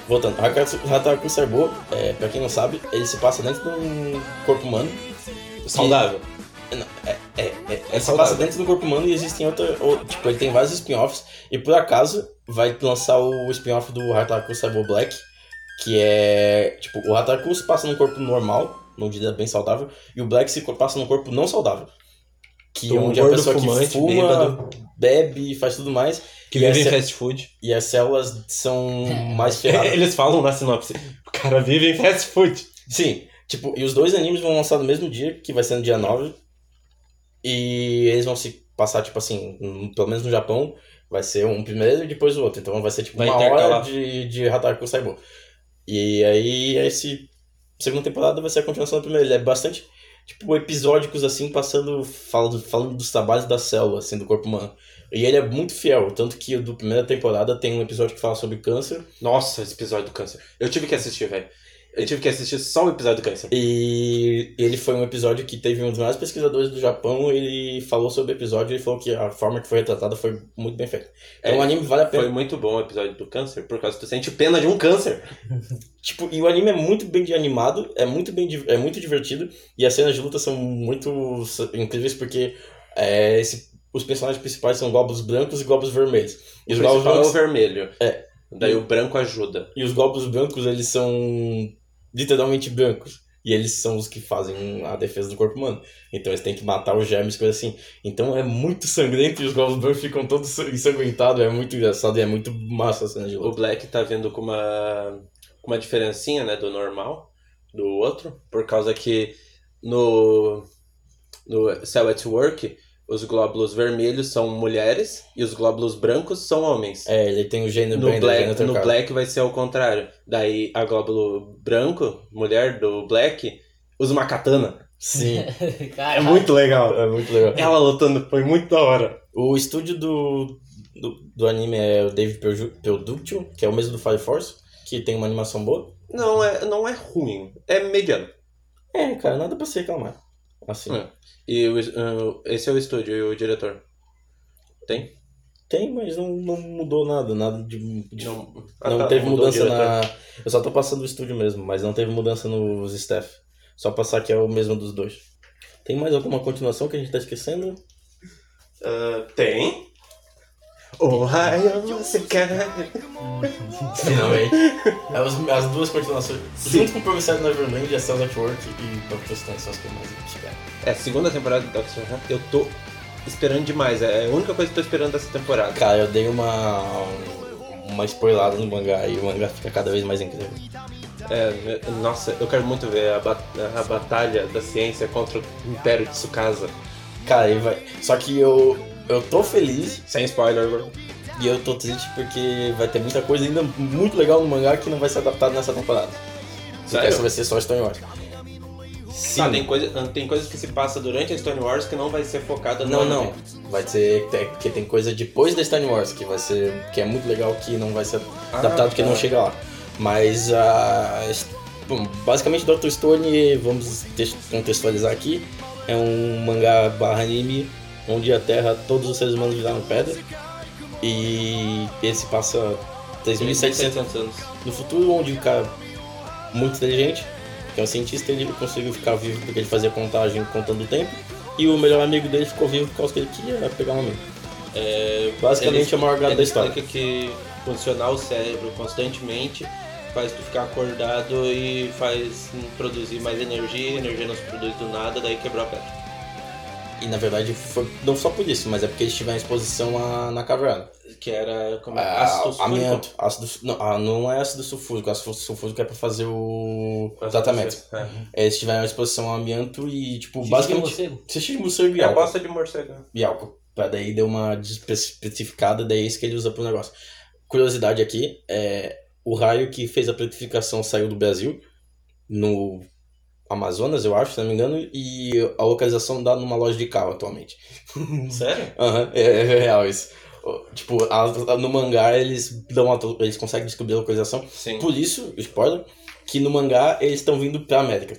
Voltando, Hakatsu- Hataku Serbo, é, pra quem não sabe, ele se passa dentro de um corpo humano. Saudável. É, é, É ele se passa saudável. dentro do corpo humano e existem outra. ou- tipo, ele tem vários spin-offs. E por acaso vai lançar o spin-off do Hataku Serbo Black. Que é. Tipo, o Hataku se passa num corpo normal, não diria bem saudável, e o Black se co- passa num corpo não saudável. Que Do onde a Então, gordo pessoa fumante, que fuma, bêbado. bebe e faz tudo mais. Que E vive em essa- fast food. E as células são mais ferradas. Eles falam na sinopse. O cara vive em fast food. Sim, tipo, e os dois animes vão lançar no mesmo dia, que vai ser no dia 9. E eles vão se passar, tipo assim, um- pelo menos no Japão, vai ser um primeiro e depois o outro. Então vai ser tipo Vai uma hora intercalar. de, de Hataku Saibou. E aí, esse segunda temporada vai ser a continuação da primeira. Ele é bastante, tipo, episódicos assim, passando, falando, falando dos trabalhos da célula, assim, do corpo humano. E ele é muito fiel, tanto que o do primeira temporada tem um episódio que fala sobre câncer. Nossa, esse episódio do câncer. Eu tive que assistir, velho. Eu tive que assistir só o episódio do câncer. E ele foi um episódio que teve um dos maiores pesquisadores do Japão. Ele falou sobre o episódio e falou que a forma que foi retratada foi muito bem feita. Então É, o anime vale a pena. Foi muito bom o episódio do câncer, por causa que tu sente pena de um câncer. Tipo, e o anime é muito bem animado, é muito bem di- é muito divertido. E as cenas de luta são muito s- incríveis porque é, esse- os personagens principais são goblins brancos e goblins vermelhos. E O os goblins principal é o brancos, vermelho. É. Daí o branco ajuda. e os goblins brancos eles são literalmente brancos. E eles são os que fazem a defesa do corpo humano. Então eles têm que matar os germes, coisa assim. Então é muito sangrento e os goblins brancos ficam todos san- ensanguentados. É muito engraçado e é muito massa a cena de O luta. black tá vindo com uma, com uma diferencinha, né, do normal, do outro, por causa que no, no Cell at Work, os glóbulos vermelhos são mulheres e os glóbulos brancos são homens. É, ele tem o gênero No bem black, no trocado. black vai ser ao contrário. Daí a glóbulo branco, mulher do black, usa uma katana. Sim, É Caraca. muito legal. é muito legal. Ela lutando foi muito da hora. O estúdio do, do, do anime é o David Proju- Production, que é o mesmo do Fire Force, que tem uma animação boa. Não é, não é ruim, é mediano. É, cara, nada pra se reclamar. Assim, É. E o, uh, esse é o estúdio e o diretor. tem, mas não, não mudou nada, nada de, de Não, ah, tá, não teve mudança na. Eu só tô passando o estúdio mesmo, mas não teve mudança nos staff. Só passar que é o mesmo dos dois. Tem mais alguma continuação que a gente tá esquecendo? Ah, tem? Oh, O é. raio você quer. Finalmente. as, as duas continuações. Junto com o Provisório Neverland, a Cell Network e Doctor Stone são as que eu mais espero. É, segunda temporada do Doctor Who, eu tô esperando demais. É a única coisa que eu tô esperando dessa temporada. Cara, eu dei uma. uma spoilada no mangá e o mangá fica cada vez mais incrível. É, é, nossa, eu quero muito ver a, ba- a batalha da ciência contra o Império de Tsukasa. Cara, ele vai. Só que eu. Eu tô feliz Sem spoiler, bro. e eu tô triste porque vai ter muita coisa ainda muito legal no mangá que não vai ser adaptado nessa temporada. Só que Sério? essa vai ser só Stone Wars. Sim. Ah, tem, coisa, tem coisas que se passa durante a Stone Wars que não vai ser focada no Não, anime. não. Vai ser. é Porque tem coisa depois da Star Wars que vai ser. que é muito legal que não vai ser adaptado porque tá. não chega lá. Mas a. Bom, basicamente Dr. Stone, vamos te- contextualizar aqui, é um mangá barra anime onde a Terra, todos os seres humanos viraram pedra. E ele se passa é 3.700 anos. no futuro, onde o cara muito inteligente, que é um cientista, ele conseguiu ficar vivo porque ele fazia contagem contando o tempo, e o melhor amigo dele ficou vivo por causa que ele queria pegar um amigo. É, basicamente Ele- é o maior grado Ele da história. explica que funcionar o cérebro constantemente faz tu ficar acordado e faz hum, produzir mais energia, energia não se produz do nada, daí quebrou a pedra. E na verdade foi não só por isso, mas é porque eles tiveram exposição à- na caverna. Que era como é? Ah, ácido sulfúrico. Amianto. Ácido, não, ah, não é ácido sulfúrico, ácido sulfúrico é pra fazer o Pra tratamento. você- é. Eles tiveram exposição ao amianto e, tipo, Xixi de basicamente. morcego. Xixi de morcego e É a álcool. bosta de morcego. E álcool. Pra daí deu uma desespecificada, daí é isso que ele usa pro negócio. Curiosidade aqui, é, o raio que fez a petrificação saiu do Brasil, no Amazonas, eu acho, se não me engano, e a localização dá numa loja de carro atualmente. Sério? Aham, é, é real isso. O- Tipo, a- a- no mangá eles dão a, eles conseguem descobrir a localização. Sim. Por isso, spoiler, que no mangá eles estão vindo pra América.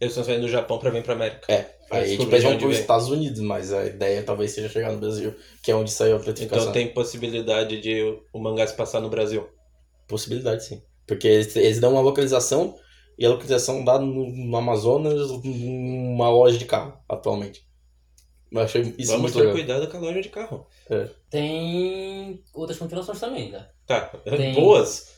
Eles estão saindo do Japão pra vir pra América. Pra Aí tipo, descobrir eles de vão onde pros vem. Estados Unidos, mas a ideia talvez seja chegar no Brasil, que é onde saiu a petrificação. Então tem possibilidade de o mangá se passar no Brasil. Possibilidade, sim. Porque eles, eles dão uma localização e a localização dá no, no Amazonas, numa loja de carro, atualmente. Eu achei isso Vamos muito ter legal. cuidado com a loja de carro. Tem outras continuações também, cara. Tá. Tem. Boas.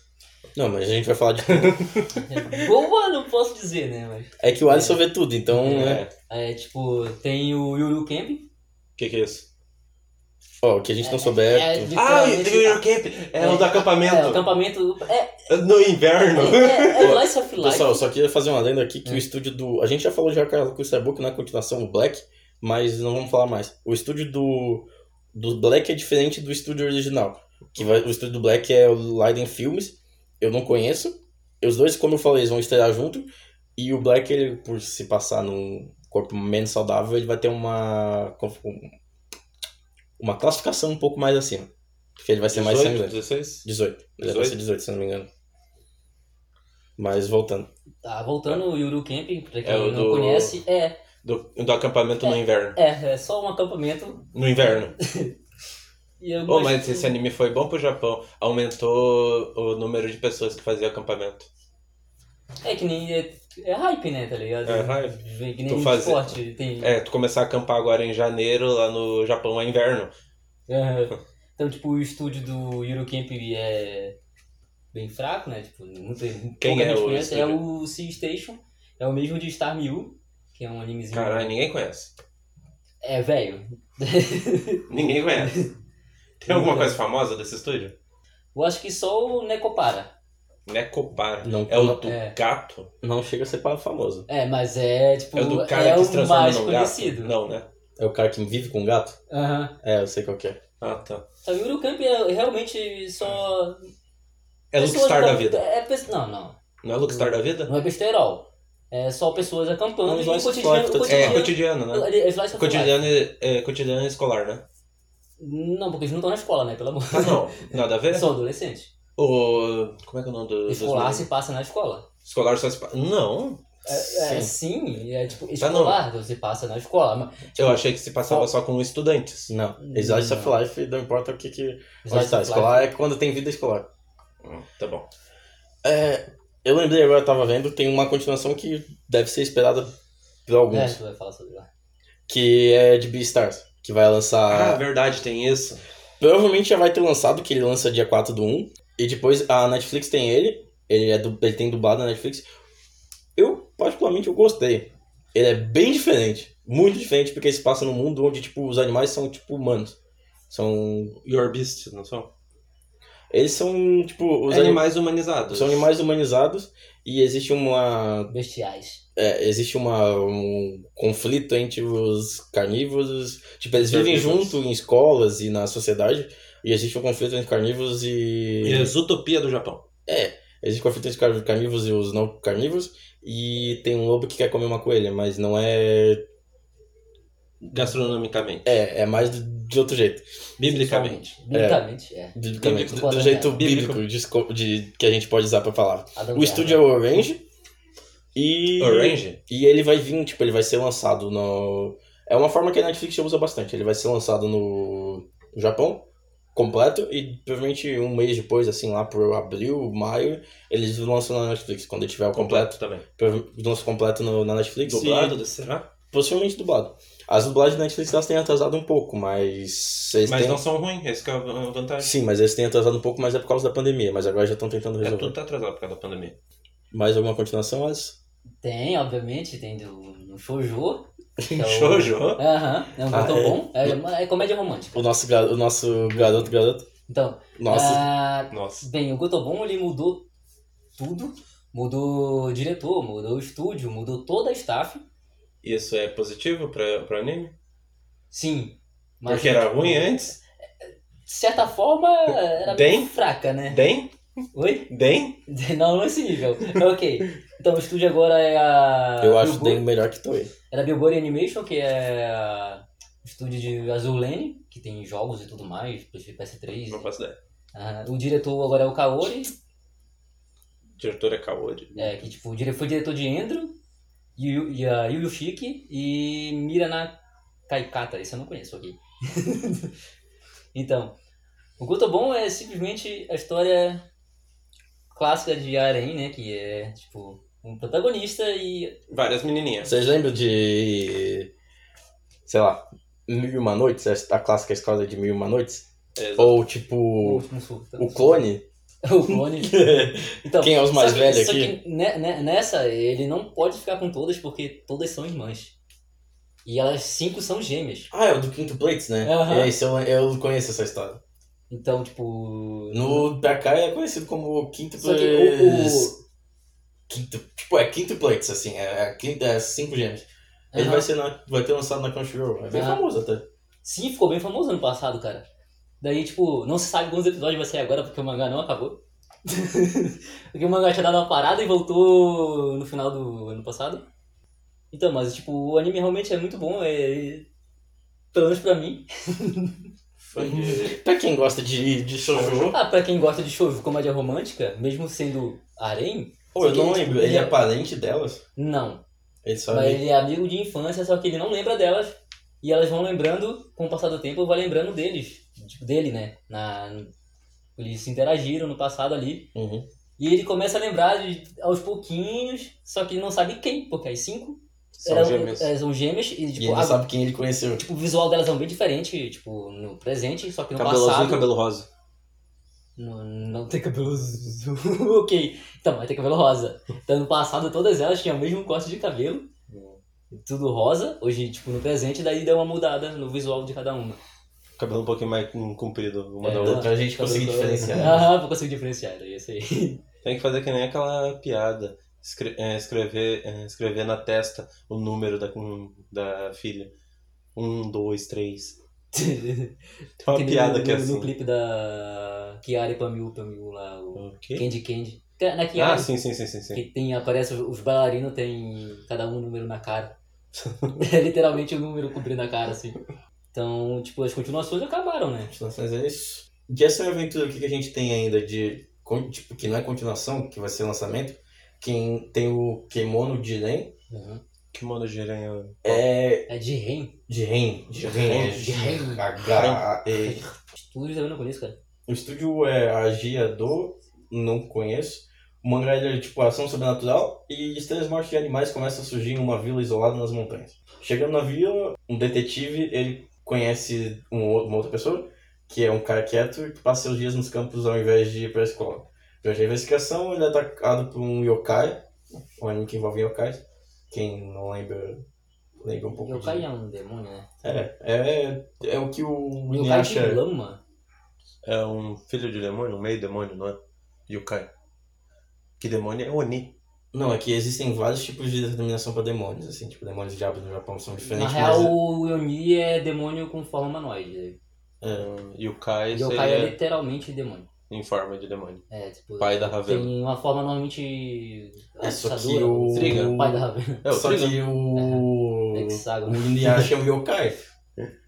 Não, mas a gente vai falar de. Boa, não posso dizer, né? Mas, É que o Alisson vê tudo, então. né? É. é, tipo, tem o Yuru Camp. Que que é isso? Ó, o que a gente não souber. É, tu- Ah, literalmente- o Your Camp! É o do acampamento. É, o acampamento. É, No inverno. é, é Life of Life. Pessoal, eu só queria fazer uma lenda aqui que o estúdio do. A gente já falou já cara, com o Starbook na continuação, o Black, mas não vamos falar mais. O estúdio do. Do Black é diferente do estúdio original. Que vai- o estúdio do Black é o Leiden Films. Eu não conheço. E Os dois, como eu falei, eles vão estrear junto. E o Black, ele, por se passar num corpo menos saudável, ele vai ter uma. Uma classificação um pouco mais acima. Porque ele vai ser mais 18, sangrento. 16? 18. Ele vai ser 18, se eu não me engano. Mas voltando. Tá, voltando o Yuru Camp, pra quem É o não do- conhece, é, Do, do acampamento no inverno. é, é só um acampamento. No inverno. E eu Oh, gosto- mas esse anime foi bom pro Japão. Aumentou o número de pessoas que faziam acampamento. É que nem. É, é hype, né, tá ligado? É hype. Vem Que Tu nem faz- esporte. Tem... É, tu começar a acampar agora em janeiro, lá no Japão é inverno. É. Aham. Então, tipo, o estúdio do Yuru Camp é bem fraco, né? Tipo, muito, Quem pouca é gente o conhece. É estúdio? o Sea Station, é o mesmo de Star Mew, que é um animezinho. Caralho, ninguém conhece. É, velho. Ninguém conhece. Tem alguma coisa famosa desse estúdio? Eu acho que só o Necopara. Necopara. Não- É o do é. gato? Não chega a ser pa- famoso. É, mas é, tipo, É o do cara que se o transforma mais num gato? conhecido. Não, né? É o cara que vive com gato? Aham. É, eu sei qual que é. Ah, tá. Então, o Yuru Camp é realmente só. É pessoas Lookstar da acamp- vida. É, pe- não, não. Não é Lookstar da vida? Não é besterol. É só pessoas acampando Não, e slice of cotidiano. life, tá- É, cotidiano- cotidiano, né? é, é slice of life. Cotidiano, é, cotidiano escolar, né? Não, porque eles não estão na escola, né? Pelo amor Ah, não. Nada a ver? São adolescentes. O... Como é que é o nome do... dos Escolar meninos? se passa na escola. Escolar só se... pa- Não. É, é, sim, é tipo, Tá, não. escolar você passa na escola. mas- Eu achei que se passava só com estudantes. Não. Slice of Life, não importa o que que... Onde Slice tá, of escolar é quando tem vida escolar. Tá bom. É, eu lembrei agora, eu tava vendo, tem uma continuação que deve ser esperada por life. É, alguns. tu vai falar sobre lá. Que é de Beastars. Que vai Ah, lançar... verdade, tem isso. Provavelmente já vai ter lançado, que ele lança dia 4 do 1. E depois a Netflix tem ele. Ele, é du- ele tem dublado na Netflix. Eu, particularmente, eu gostei. Ele é bem diferente. Muito diferente, porque ele se passa num mundo onde, tipo, os animais são, tipo, humanos. São... Your Beast, não são? Eles são, tipo... É, Os Os animais... animais humanizados. São animais humanizados. E existe uma... Bestiais. é, existe uma, um conflito entre os carnívoros. Tipo, eles vivem Herbívoros. junto em escolas e na sociedade. E existe um conflito entre carnívoros e... E as utopia do Japão. Existe conflito entre car- carnívoros e os não carnívoros. E tem um lobo que quer comer uma coelha, mas não é. Gastronomicamente. É, é mais do- de outro jeito. Biblicamente. Biblicamente, é. Biblicamente. Do, Bíblico, do jeito bíblico. bíblico desco- de, que a gente pode usar pra palavra. Adam O estúdio é o Orange. E. Orange? E ele vai vir, tipo, ele vai ser lançado no. É uma forma que a Netflix usa bastante. Ele vai ser lançado no Japão completo e provavelmente um mês depois, assim, lá por abril, maio, eles lançam na Netflix. Quando ele tiver o completo, Completo também. o nosso completo no- na Netflix. Dublado, E, né? será? possivelmente dublado. As dublagens da Netflix elas têm atrasado um pouco, mas. Eles Mas têm... não são ruins, esse que é a vantagem. Sim, mas eles têm atrasado um pouco, mas é por causa da pandemia. Mas agora já estão tentando É, resolver. tudo tá atrasado por causa da pandemia. Mais alguma continuação, Alice? Tem, obviamente, tem do, no Shoujo. que é o- Shoujo? Aham, é um Ah, motor é? bom. É, uma- é comédia romântica. O nosso, gar- o nosso garoto, garoto. Então, Nossa, ah, Nossa. bem, o Gotobon ele mudou tudo. Mudou o diretor, mudou o estúdio, mudou toda a staff. Isso é positivo pra, pro anime? Sim. Mas né? Porque era ruim antes? De certa forma, era Tem? bem fraca, né? Dem? Oi? Dem? Não, não esse nível. ok. Então o estúdio agora é a. eu acho Bilbo- bem melhor que Toei. Era a Bilbori Animation, que é a- o estúdio de Azulene, que tem jogos e tudo mais, PS3. Não faço ideia. Aham. o diretor agora é o Kaori, Diretor é Kaori. é, que tipo, dire- foi diretor de Endro, Yu, e a Yu Yushiki e Mirana Kaikata, esse eu não conheço aqui. então, o Gotobon é simplesmente a história clássica de Arém, né? Que é tipo um protagonista e. Várias menininhas. Vocês lembram de. sei lá, Mil e Uma Noites? A clássica história de Mil e Uma Noites? É, Ou tipo, Não sou- o clone? um o clone. Então, Quem é os mais só que- velhos só aqui? que ne- ne- nessa, ele não pode ficar com todas porque todas são irmãs. E elas cinco são gêmeas. Ah, é o do Quinto Plates, né? Aham. É isso, eu, eu conheço essa história. Então, tipo. No pra cá é conhecido como Quinto Só Plates. que o. o- Quinto, tipo, é Quinto Plates, assim, é, é, quinto- é cinco gêmeos. Ele Aham. vai, ser na- vai ter lançado na Crunchyroll, é bem Ah. famoso até. Sim, ficou bem famoso ano passado, cara. Daí, tipo, não se sabe quantos episódios vai sair agora porque o mangá não acabou. porque o mangá tinha dado uma parada e voltou no final do ano passado. Então, mas, tipo, o anime realmente é muito bom, é. Pelo menos pra mim. Foi. Uhum. Pra quem gosta de, de shoujo, Ah, pra quem gosta de shoujo comédia romântica, mesmo sendo harem, pô, eu não Sim, lembro, tipo, ele é parente delas? não. Ele só Mas ele é amigo de infância, só que ele não lembra delas. E elas vão lembrando, com o passar do tempo, vai lembrando deles. Tipo, dele, né? Na... Eles se interagiram no passado ali. Uhum. E ele começa a lembrar de, aos pouquinhos, só que ele não sabe quem, porque as cinco São eram- gêmeas. é, são gêmeas e, E tipo, ele não a- sabe quem ele conheceu. tipo, o visual delas é bem diferente, tipo, no presente, só que no Cabelo passado. azul e cabelo rosa. Não, não tem cabelo azul. ok. Então, vai ter cabelo rosa. Então, no passado, todas elas tinham o mesmo corte de cabelo. É. Tudo rosa. Hoje, tipo, no presente, daí deu uma mudada no visual de cada uma. Cabelo um pouquinho mais hum, comprido uma da É, tá. outra. então, Pra gente conseguir Cabelo- né? diferenciar. Aham, pra conseguir diferenciar. Daí, isso aí. Tem que fazer que nem aquela piada. Escre- é, escrever, é, escrever na testa o número da, hum, da filha. Um, dois, três. Tem uma Que nem piada no, que é no- assim. No clipe da Kiara e Pamiu, Pamiu lá, o O quê? Candy Candy. Que- Na Kiara, é? Ah, sim, sim, sim, sim, sim. que tem, aparece os, os bailarinos, tem cada um um número na cara. é literalmente o número cobrindo a cara, assim. Então, tipo, as continuações acabaram, né? Continuações é isso. De essa aventura, o que que a gente tem ainda de. con- Tipo, que não é continuação, que vai ser lançamento. Quem tem o Kemono de Ren Que mono geranho. é. É de Ren. De Ren. De Ren. é De de Ren. H. E. Estúdio também não conheço, cara. O estúdio é a Giador, não conheço. O mangá ele é tipo ação sobrenatural e estranhas mortes de animais começam a surgir em uma vila isolada nas montanhas. Chegando na vila, um detetive ele conhece um ou- uma outra pessoa, que é um cara quieto que passa seus dias nos campos ao invés de ir para a escola. Durante a investigação, ele é atacado por um yokai, um anime que envolve yokais. Quem não lembra, lembra um pouco. Yokai de... é um demônio, né? é, é, é o que o Yokai de Inuyasha... lama. É um filho de demônio, um meio demônio, não é? Yukai. Que demônio é Oni. Não, é que existem vários tipos de determinação pra demônios, assim, tipo, demônios e diabos no Japão são Na diferentes, real, o Yoni é demônio com forma humanoide. mas é, Hum, Yukai Yokai é seria literalmente demônio. em forma de demônio. É, tipo, Pai da tem Ravena. uma forma normalmente Tá É, só que assustadora. o- Trigon. Pai da Ravena. É o só Trigon. que o o Hexágono. Inuyasha é um yokai.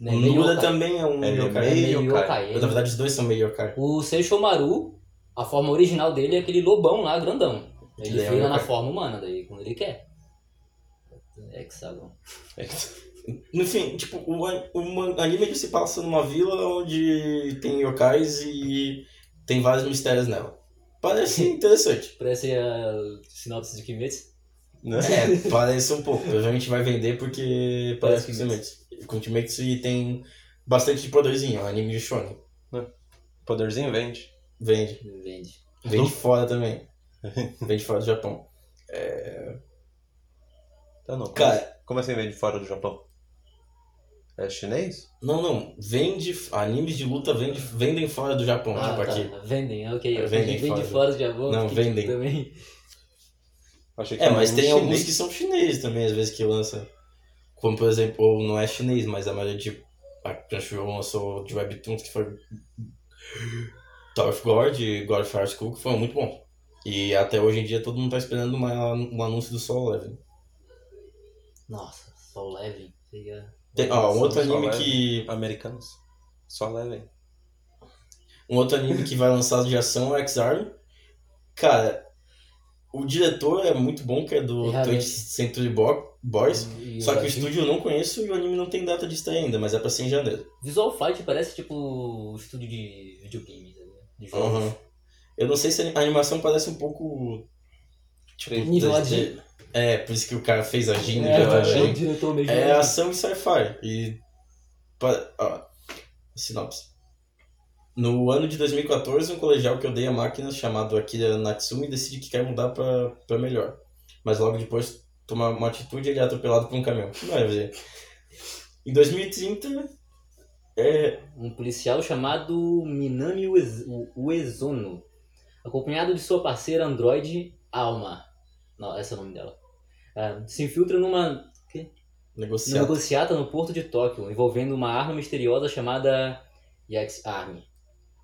Né? O Meio Nuda yokai. também é um Ele é yokai. É meio Meio yokai. yokai. Na verdade, os dois são meio yokai. O Seishomaru, a forma original dele é aquele lobão lá, grandão. Ele Ele é um vira na yokai. forma humana, daí, quando ele quer. Hexágono. Enfim, tipo, o, an- o man- anime ele se passa numa vila onde tem yokais e tem vários mistérios nela. Parece interessante. Parece a sinopse de Kimetsu. Né? É, parece um pouco. Provavelmente vai vender porque parece com Parece Kimetsu. Com Kimetsu e tem bastante de poderzinho, é um anime de shonen. Poderzinho vende. Vende. Vende. Vem de fora também. Vem de fora do Japão. Tá não. Como, Cara- como assim vem de fora do Japão? É chinês? Não, não. Vende. Animes de luta vende, vendem fora do Japão, Ah, tipo tá. aqui. Vendem, ok. Vendem Vendem, vende fora. fora de Japão. Não, fiquei vendem. tipo Também. Achei É, mas tem um chinês. alguns que são chineses também, às vezes que lança. Como, por exemplo, ou não é chinês, mas a maioria de. A Crunchyroll lançou de Webtoons que foi. Tower of God e God of Fire School, que foi muito bom. E até hoje em dia todo mundo tá esperando uma, um anúncio do Sol Eleven. Nossa, Soul Leve. tá Seria... Tem, ó, um outro Sol anime Eleven. que. Americanos. Só levem. Um outro anime que vai lançar de ação é X-Arm. Cara, o diretor é muito bom, que é do Realmente. 20th Century Bo- Boys. E- Só que o estúdio eu não conheço e o anime não tem data de estreia ainda, mas é pra ser em janeiro. Visual Fight parece tipo o estúdio de videogames, né? De jogos. Uhum. Eu não sei se a animação parece um pouco. Tipo, Nível das- AD. de- É, por isso que o cara fez a Gina É, já tá é. bem. o diretor mesmo. É ação e sci-fi. E. pa- ó, sinopse. No ano de 2014, um colegial que odeia máquinas, chamado Akira Natsumi, decide que quer mudar pra, pra melhor. Mas logo depois toma uma atitude e ele é atropelado por um caminhão. Não é, ver. Em 2030. É, um policial chamado Minami Uez- U- Uezono, acompanhado de sua parceira androide Alma, não, esse é o nome dela, Ah, se infiltra numa, numa negociado. negociata no porto de Tóquio, envolvendo uma arma misteriosa chamada Yax Army.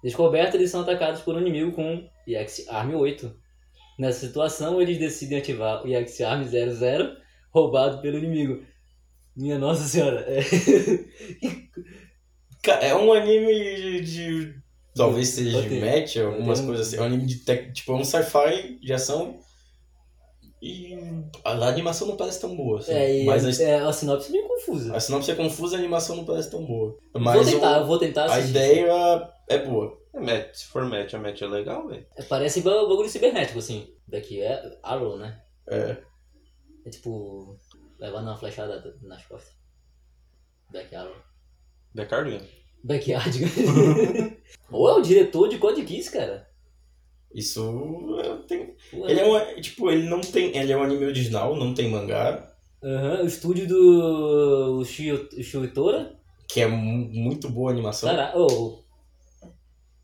Descoberta, eles são atacados por um inimigo com Yax Army 8. Nessa situação, eles decidem ativar o Yax Army 00, roubado pelo inimigo. Minha nossa senhora, é... Ca- É um anime de. de- talvez seja de Roteiro. match, algumas Tem um- coisas assim. É um anime de. Tech, tipo, é um sci-fi de ação. E a, a animação não parece tão boa. Assim. É, e mas a, é, a sinopse é meio confusa. a sinopse é confusa, a animação não parece tão boa. vou Mas tentar, o- eu vou tentar a assistir. ideia é boa. É match. Se for match, a match é legal, velho. É, Parece ba- bagulho cibernético, assim. Daqui é Arrow, né? É. É tipo. Levando uma flechada d- nas costas. Black Arrow. Da Carlinha. Backyard. Ou é o diretor de Code Geass, cara. Isso é, tem. Pô, Ele é um. Tipo, ele não tem. Ele é um anime original, não tem mangá. é um, Aham, o estúdio do o Shio- o Shiotora. Que é mu- muito boa a animação. Será? Oh.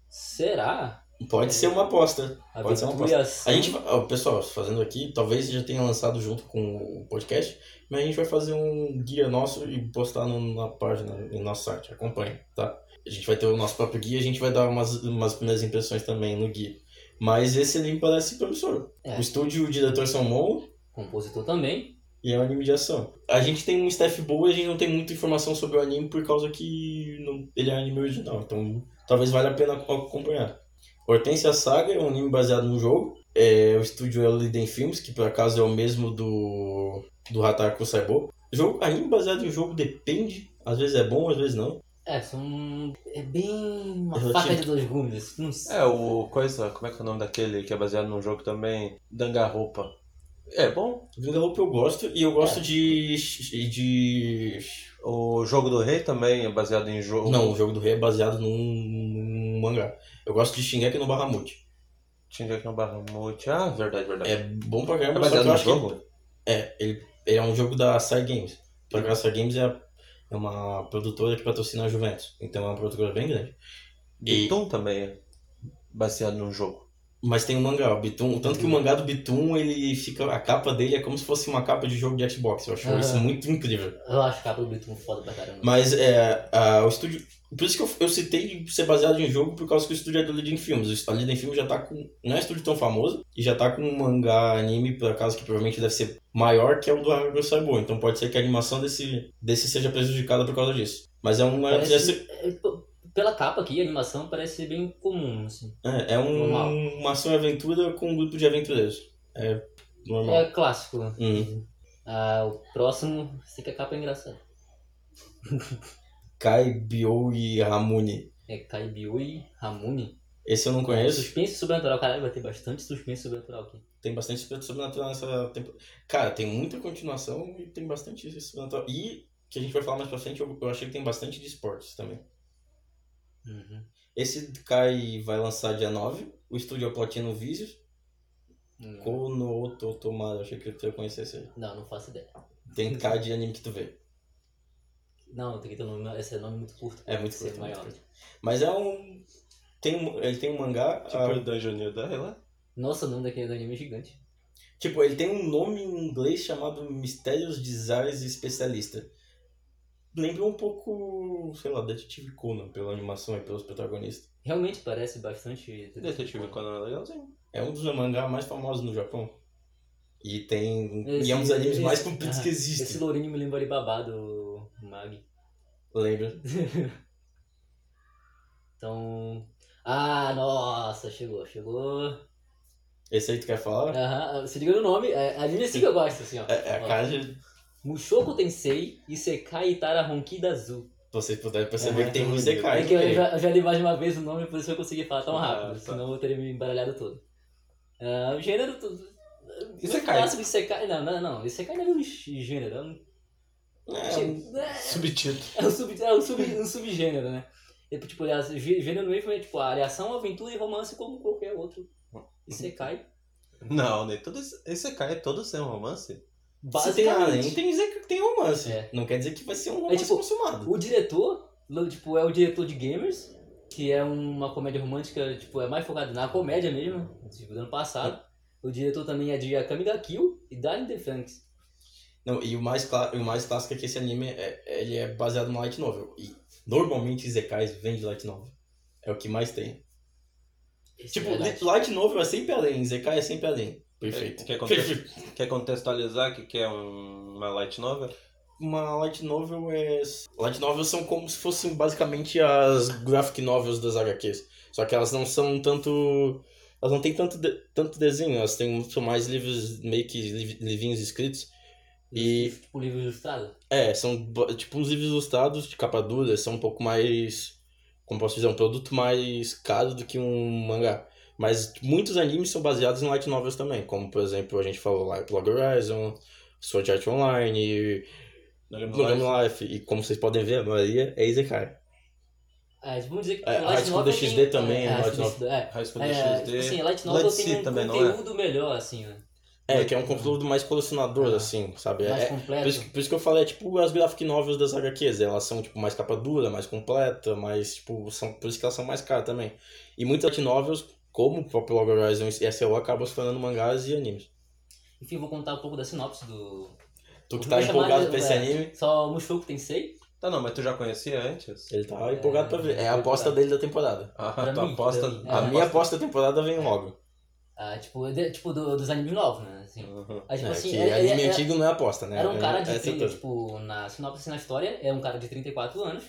Será? Pode ser uma aposta. A Pode ser uma aventura e ação. A gente vai. ó, pessoal, fazendo aqui, talvez já tenha lançado junto com o podcast, mas a gente vai fazer um guia nosso e postar no- na página, no nosso site. Acompanhe, tá? A gente vai ter o nosso próprio guia, a gente vai dar umas, umas primeiras impressões também no guia. Mas esse anime parece promissor. É. O estúdio e o diretor são bons Compositor também. e é um anime de ação. A gente tem um staff boa e a gente não tem muita informação sobre o anime por causa que não- ele é um anime original. Então talvez valha a pena acompanhar. Hortência Saga é um anime baseado no jogo. É, o estúdio é o Liden Films, que por acaso é o mesmo do, do Hataku Saibo. Jogo, anime baseado em jogo depende. Às vezes é bom, às vezes não. É, são. É bem. Uma Eu faca tinha- de dois gumes. assim, Não sei. É, o coisa. Como é que é o nome daquele que é baseado num jogo também? Dangarroupa. É bom. Vingalupe eu gosto e eu É. gosto de. de. O jogo do rei também é baseado em jogo. Não, o jogo do rei é baseado num, num mangá. Eu gosto de Shingeki no Bahamut. Tinha aqui no Bahamut. Ah, verdade, verdade. É bom pra É caramba, só baseado que eu no acho que jogo? É, ele, ele é um jogo da Side Games. Por acaso, a Side Games é, a- é uma produtora que patrocina a Juventus. Então é uma produtora bem grande. E- Bitum também é baseado num jogo. mas tem o mangá, o Bitum. Tanto que o mangá do Bitum, ele fica. A capa dele é como se fosse uma capa de jogo de Xbox. Eu acho Ah. isso muito incrível. Eu acho que a capa do Bitum foda pra caramba. Mas é. a- o estúdio. Por isso que eu, eu citei de ser baseado em jogo, por causa que o estúdio é do Leading Films. A Leading Films já tá com. Não é um estúdio tão famoso, e já tá com um mangá anime, por acaso, que provavelmente deve ser maior que é o do Haruo Saibo. Então pode ser que a animação desse, desse seja prejudicada por causa disso. Mas é um. Parece- é se- É, p- Pela capa aqui, a animação parece bem comum, assim. É, é um- Normal. uma ação e aventura com um grupo de aventureiros. É normal. É clássico. né? Uhum. Ah, o próximo, sei que a capa é engraçada. Kai, Bio e Ramune. É Kaibiu e Ramune. Esse eu não conheço. Suspense sobrenatural, caralho, vai ter bastante suspense sobrenatural aqui. Tem bastante sobrenatural nessa temporada. Cara, tem muita continuação e tem bastante sobrenatural. E, que a gente vai falar mais pra frente, eu, eu achei que tem bastante de esportes também. Uhum. Esse Kai vai lançar dia 9. O estúdio é o Platino Visuals. Kono Totomara, achei que eu conhecesse ele. Não, não faço ideia. Tem cara de anime que tu vê. Não, tem que ter um nome. Esse é nome muito curto. É pra muito ser curto, muito maior. Mas é um. Tem um- ele tem um mangá. Tipo ah, o Dungeoneer da Hela. Nossa, o nome daquele anime é gigante. tipo, ele tem um nome em inglês chamado Mistérios Desires Especialista. Lembra um pouco, sei lá, Detetive Conan, pela animação e pelos protagonistas. Realmente parece bastante. Detetive Conan é legalzinho. É um dos mangás mais famosos no Japão. E tem. e Esse- é um dos animes esse- mais compridos ah, que Esse existem. lourinho me lembra ali babado, o Mag. Lembra? Então. Ah, nossa, chegou, chegou. Esse aí tu quer falar? Aham, se liga no nome, é, a linha assim que eu gosto, assim, ó. É, é a Ó, cara de. Mushoku Tensei e Sekai Itara Honkida Azul. Vocês puderem perceber É, que tem é, um É Zekai. que eu já, eu já li mais de uma vez o nome, por isso eu consegui falar tão rápido, Ah, tá. senão eu teria me embaralhado todo. Ah, o gênero. tu- Isekai. O clássico Isekai. Não, não, não. Isekai não é um gênero, é um. É, um- Subtítulo. É um, sub, é um, sub, um subgênero, né? É, tipo, aliás, gê- gênero mesmo é tipo aliação, aventura e romance como qualquer outro. Isekai. Não, nem todo esse- esse cara é todo sem romance. Se tem Basicamente. além, tem Zekai que tem romance. É. Não quer dizer que vai ser um romance tipo, consumado. O diretor, lo- tipo, é o diretor de Gamers, que é uma comédia romântica, tipo, é mais focado na comédia mesmo, tipo, do ano passado. O diretor também é de Akami ga Kill e Darling the Franks. Não, e o mais, cla- e o mais clássico é que esse anime é, ele é baseado no light novel. E normalmente Zekais vem de light novel. É o que mais tem. Esse tipo, é verdade. light novel é sempre além, Zekai é sempre além. Perfeito. Quer, conte- quer contextualizar o que que é um- uma light novel? Uma light novel é. Light novels são como se fossem basicamente as graphic novels das HQs. Só que elas não são tanto. Elas não têm tanto, de- tanto desenho, elas têm, são mais livros, meio que liv- livrinhos escritos. E Tipo, livro ilustrado. É, são bo- tipo uns livros ilustrados de capa dura, são um pouco mais. Como posso dizer, um produto mais caro do que um mangá. Mas muitos animes são baseados em light novels também, como por exemplo a gente falou lá, Blog Horizon, Sword Art Online, é Blue Game Life, e como vocês podem ver, a maioria é Isekai. Ah, vamos dizer que É, o a High School Novel DxD também é a Light High School DxD, É, High School é, DxD. tipo assim, Light Light Novel Sea tem um também, não é? conteúdo melhor, assim, né? É, que é um conteúdo mais colecionador, Ah. assim, sabe? mais É- completo. Por isso, por isso que eu falei, é tipo, as graphic novels das HQs, elas são, tipo, mais capa dura, mais completa, mais, tipo, são, por isso que elas são mais caras também. E muitas light novels, como o próprio Log Horizon e SEO, acabam se tornando mangás e animes. Enfim, vou contar um pouco da sinopse do... Tu que Eu tá vou chamar empolgado de- pra esse é, anime, Só Mushoku Tensei. Tá, não, mas tu já conhecia antes? ele tá É, empolgado pra ver. É a eu vou aposta procurar. dele da temporada. Ah, Pra tu mim, aposta. pra mim, é. A minha aposta da temporada vem logo. Ah, tipo, de- tipo do- dos animes novos, né? Assim. Uhum. Ah, tipo É, assim, que é- anime é- é- antigo não é aposta, né? Era um cara de, é, tri- certeza. tipo, na sinopse na história, é um cara de 34 anos,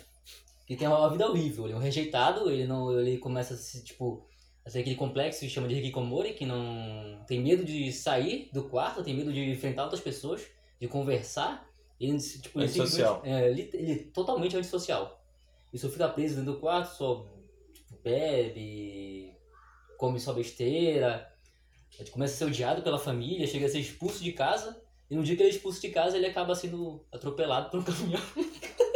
que tem uma vida horrível, ele é um rejeitado, ele não, ele começa a se, tipo, a ter aquele complexo que chama de Hikikomori, que não tem medo de sair do quarto, tem medo de enfrentar outras pessoas, de conversar, ele, tipo, ele simplesmente- Antissocial. é, ele, ele é totalmente antissocial. Ele só fica preso dentro do quarto, só tipo, bebe, come só besteira, ele começa a ser odiado pela família, chega a ser expulso de casa, e no dia que ele é expulso de casa, ele acaba sendo atropelado por um caminhão.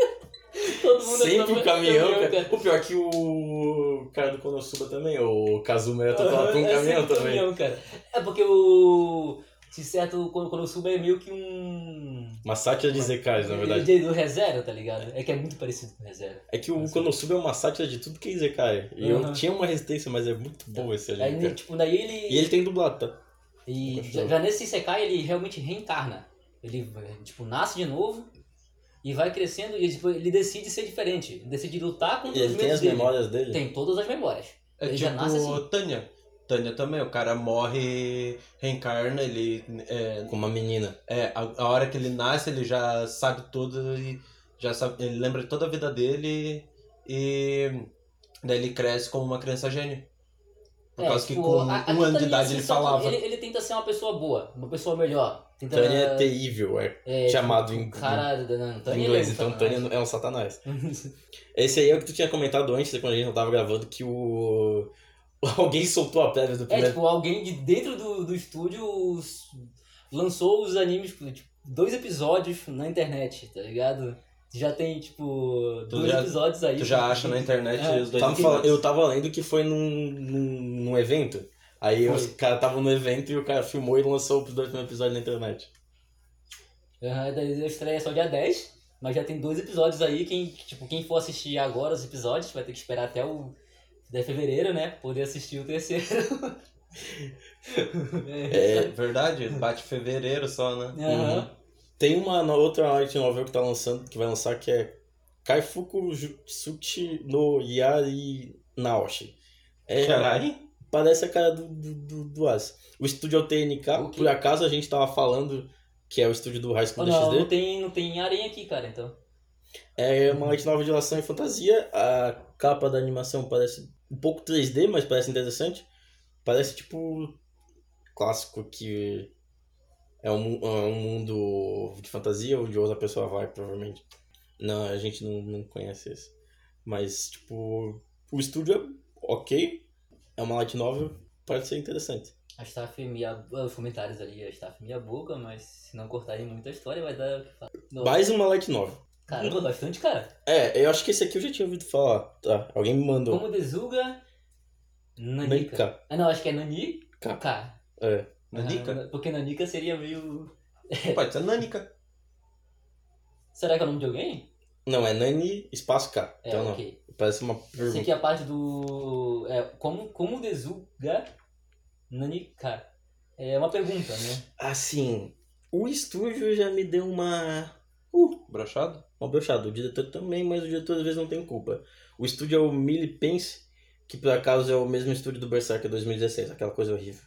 Todo mundo Sempre atropela o caminhão, cara. cara. O pior é que o cara do Konosuba também, o Kazuma era tatuado por um É caminhão sempre o também. caminhão, cara. É porque o. De certo, quando, quando subo é meio que um. Uma sátira de Zekais, na verdade. Do ReZero, tá ligado? É que é muito parecido com o ReZero. É que o Assim. Konosuba é uma sátira de tudo que é Isekai. E eu Aham. tinha uma resistência, mas é muito bom esse Aí, anime, né, cara. tipo, daí ele. E ele tem dublado, tá? E Gostou. já já nesse Isekai ele realmente reencarna. Ele, tipo, nasce de novo e vai crescendo e tipo, ele decide ser diferente. Ele decide lutar contra os Ele tem medos as Uhum. dele. memórias dele. Tem todas as memórias. É Ele tipo já nasce assim. Tânia. Tânia também, o cara morre, reencarna, ele. É, né, Com uma menina. é, a, a hora que ele nasce, ele já sabe tudo e já sabe. Ele lembra toda a vida dele e daí ele cresce como uma criança gênio. Por É, causa tipo, que com a- a um ano de Titania, idade assim, ele só- falava. Ele, ele tenta ser uma pessoa boa, uma pessoa melhor. Tenta, Tânia é The Evil, é é, chamado tipo, em- Cara, não, em Tânia inglês, é um então satanás. Tânia é um satanás. Esse aí é o que tu tinha comentado antes, quando a gente não tava gravando, que o. Alguém soltou a prévia do É, Né? primeiro. tipo, alguém de dentro do, do estúdio s- lançou os animes, tipo, dois episódios na internet, tá ligado? Já tem, tipo, Tu dois já- episódios aí. Tu já acha na internet É. os dois Tava episódios. fal- eu tava lendo que foi num, num, num evento Aí Foi. os caras estavam no evento e o cara filmou e lançou os dois primeiros episódios na internet. Aham, daí a estreia é só dia 10, mas já tem dois episódios aí. Quem, tipo, quem for assistir agora os episódios vai ter que esperar até o 10 de fevereiro, né? pra Poder assistir o terceiro. é. É, Verdade, bate fevereiro só, né? Aham. tem uma no- outra light novel que tá lançando, que vai lançar, que é Kaifuku Jutsuchi no Yari Naoshi. É, Caralho. Parece a cara do, do, do, do Asa. O estúdio é o TNK, O quê? por acaso a gente tava falando que é o estúdio do High Ah, School não, DxD. não tem, não tem aranha aqui, cara, então. É uma light novel de ação e fantasia. A capa da animação parece um pouco 3D, mas parece interessante. Parece tipo clássico que é um, mu- é um mundo de fantasia onde outra pessoa vai, provavelmente. Não, a gente não, não conhece esse. Mas, tipo, o estúdio é ok. É uma light novel, parece ser interessante. A staff meia. Os comentários ali, a staff meia boca, mas se não cortarem muito a história, vai dar o que falar. Não, Mais uma light novel. Caramba, bastante, cara. É, eu acho que esse aqui eu já tinha ouvido falar. Tá, alguém me mandou. Como Dezuga. Bem Nanica. cá. Ah, não, acho que é Nani. K. K. É. Nanica? Ah, porque Nanica seria meio. Pode ser Nanica. Será que é o nome de alguém? Não. Não, é Nani espaço K. É, então não. ok. Parece uma Esse pergunta. aqui é a parte do. É, como, como Dezuga Nanika. É uma pergunta, né? Assim, o estúdio já me deu uma. Brochado? Uma brochada. O diretor também, mas o diretor às vezes não tem culpa. O estúdio é o Millie Pence, que por acaso é o mesmo estúdio do Berserker 2016, aquela coisa horrível.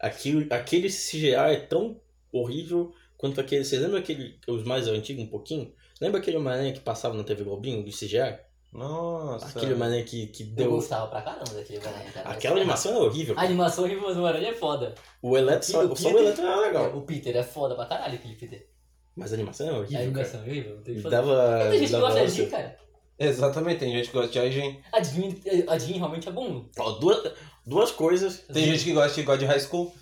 Aquilo, aquele CGI é tão horrível quanto aquele. Vocês lembram aquele. Os mais antigos, um pouquinho? Lembra aquele Homem-Aranha que passava na TV Globinho, do CGI? Nossa. Aquele Homem-Aranha que, que Eu deu. gostava pra caramba daquele Homem-Aranha, cara. Aquela animação é horrível. A animação é de Mas Aranha é foda. O Eletro, só, Aquilo, só o Peter. Eletro era legal. O Peter é foda pra caralho, aquele Peter. Mas a animação é a horrível, cara. animação é horrível, não tem o Me que fazer. dava. Tem gente me que dava gosta de ânsia. Jean, cara. Exatamente, tem gente que gosta de Aijin. A Jean, a Jean realmente é bom. Ó, duas, duas coisas. Tem gente que gosta de God High School.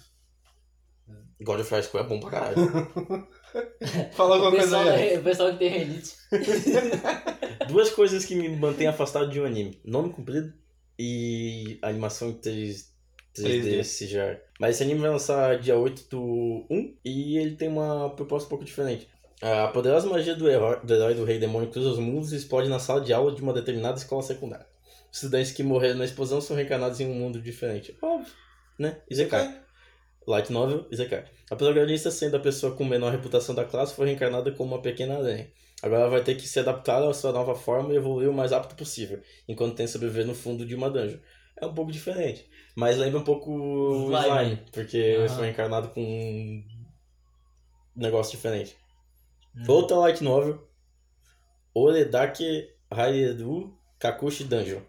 God of High School é bom pra caralho. Fala o alguma coisa pessoal, aí. o pessoal que tem renite. duas coisas que me mantêm afastado de um anime: nome comprido e animação em 3, 3D, 3D. CGI. é. Mas esse anime vai lançar dia 8 do 1 e ele tem uma proposta um pouco diferente. A poderosa magia do herói do, herói do rei demônio cruza os mundos e explode na sala de aula de uma determinada escola secundária. Estudantes que morreram na explosão são reencarnados em um mundo diferente. Óbvio, né? Izekai. Light Novel Izekai. A protagonista, sendo a pessoa com menor reputação da classe, foi reencarnada como uma pequena aranha. Agora ela vai ter que se adaptar à sua nova forma e evoluir o mais rápido possível, enquanto tenta sobreviver no fundo de uma dungeon. É um pouco diferente, mas lembra um pouco o Slime. Slime, porque Ah. foi reencarnado com um negócio diferente. Outra light novel, Oredake Haeru Kakushi Dungeon.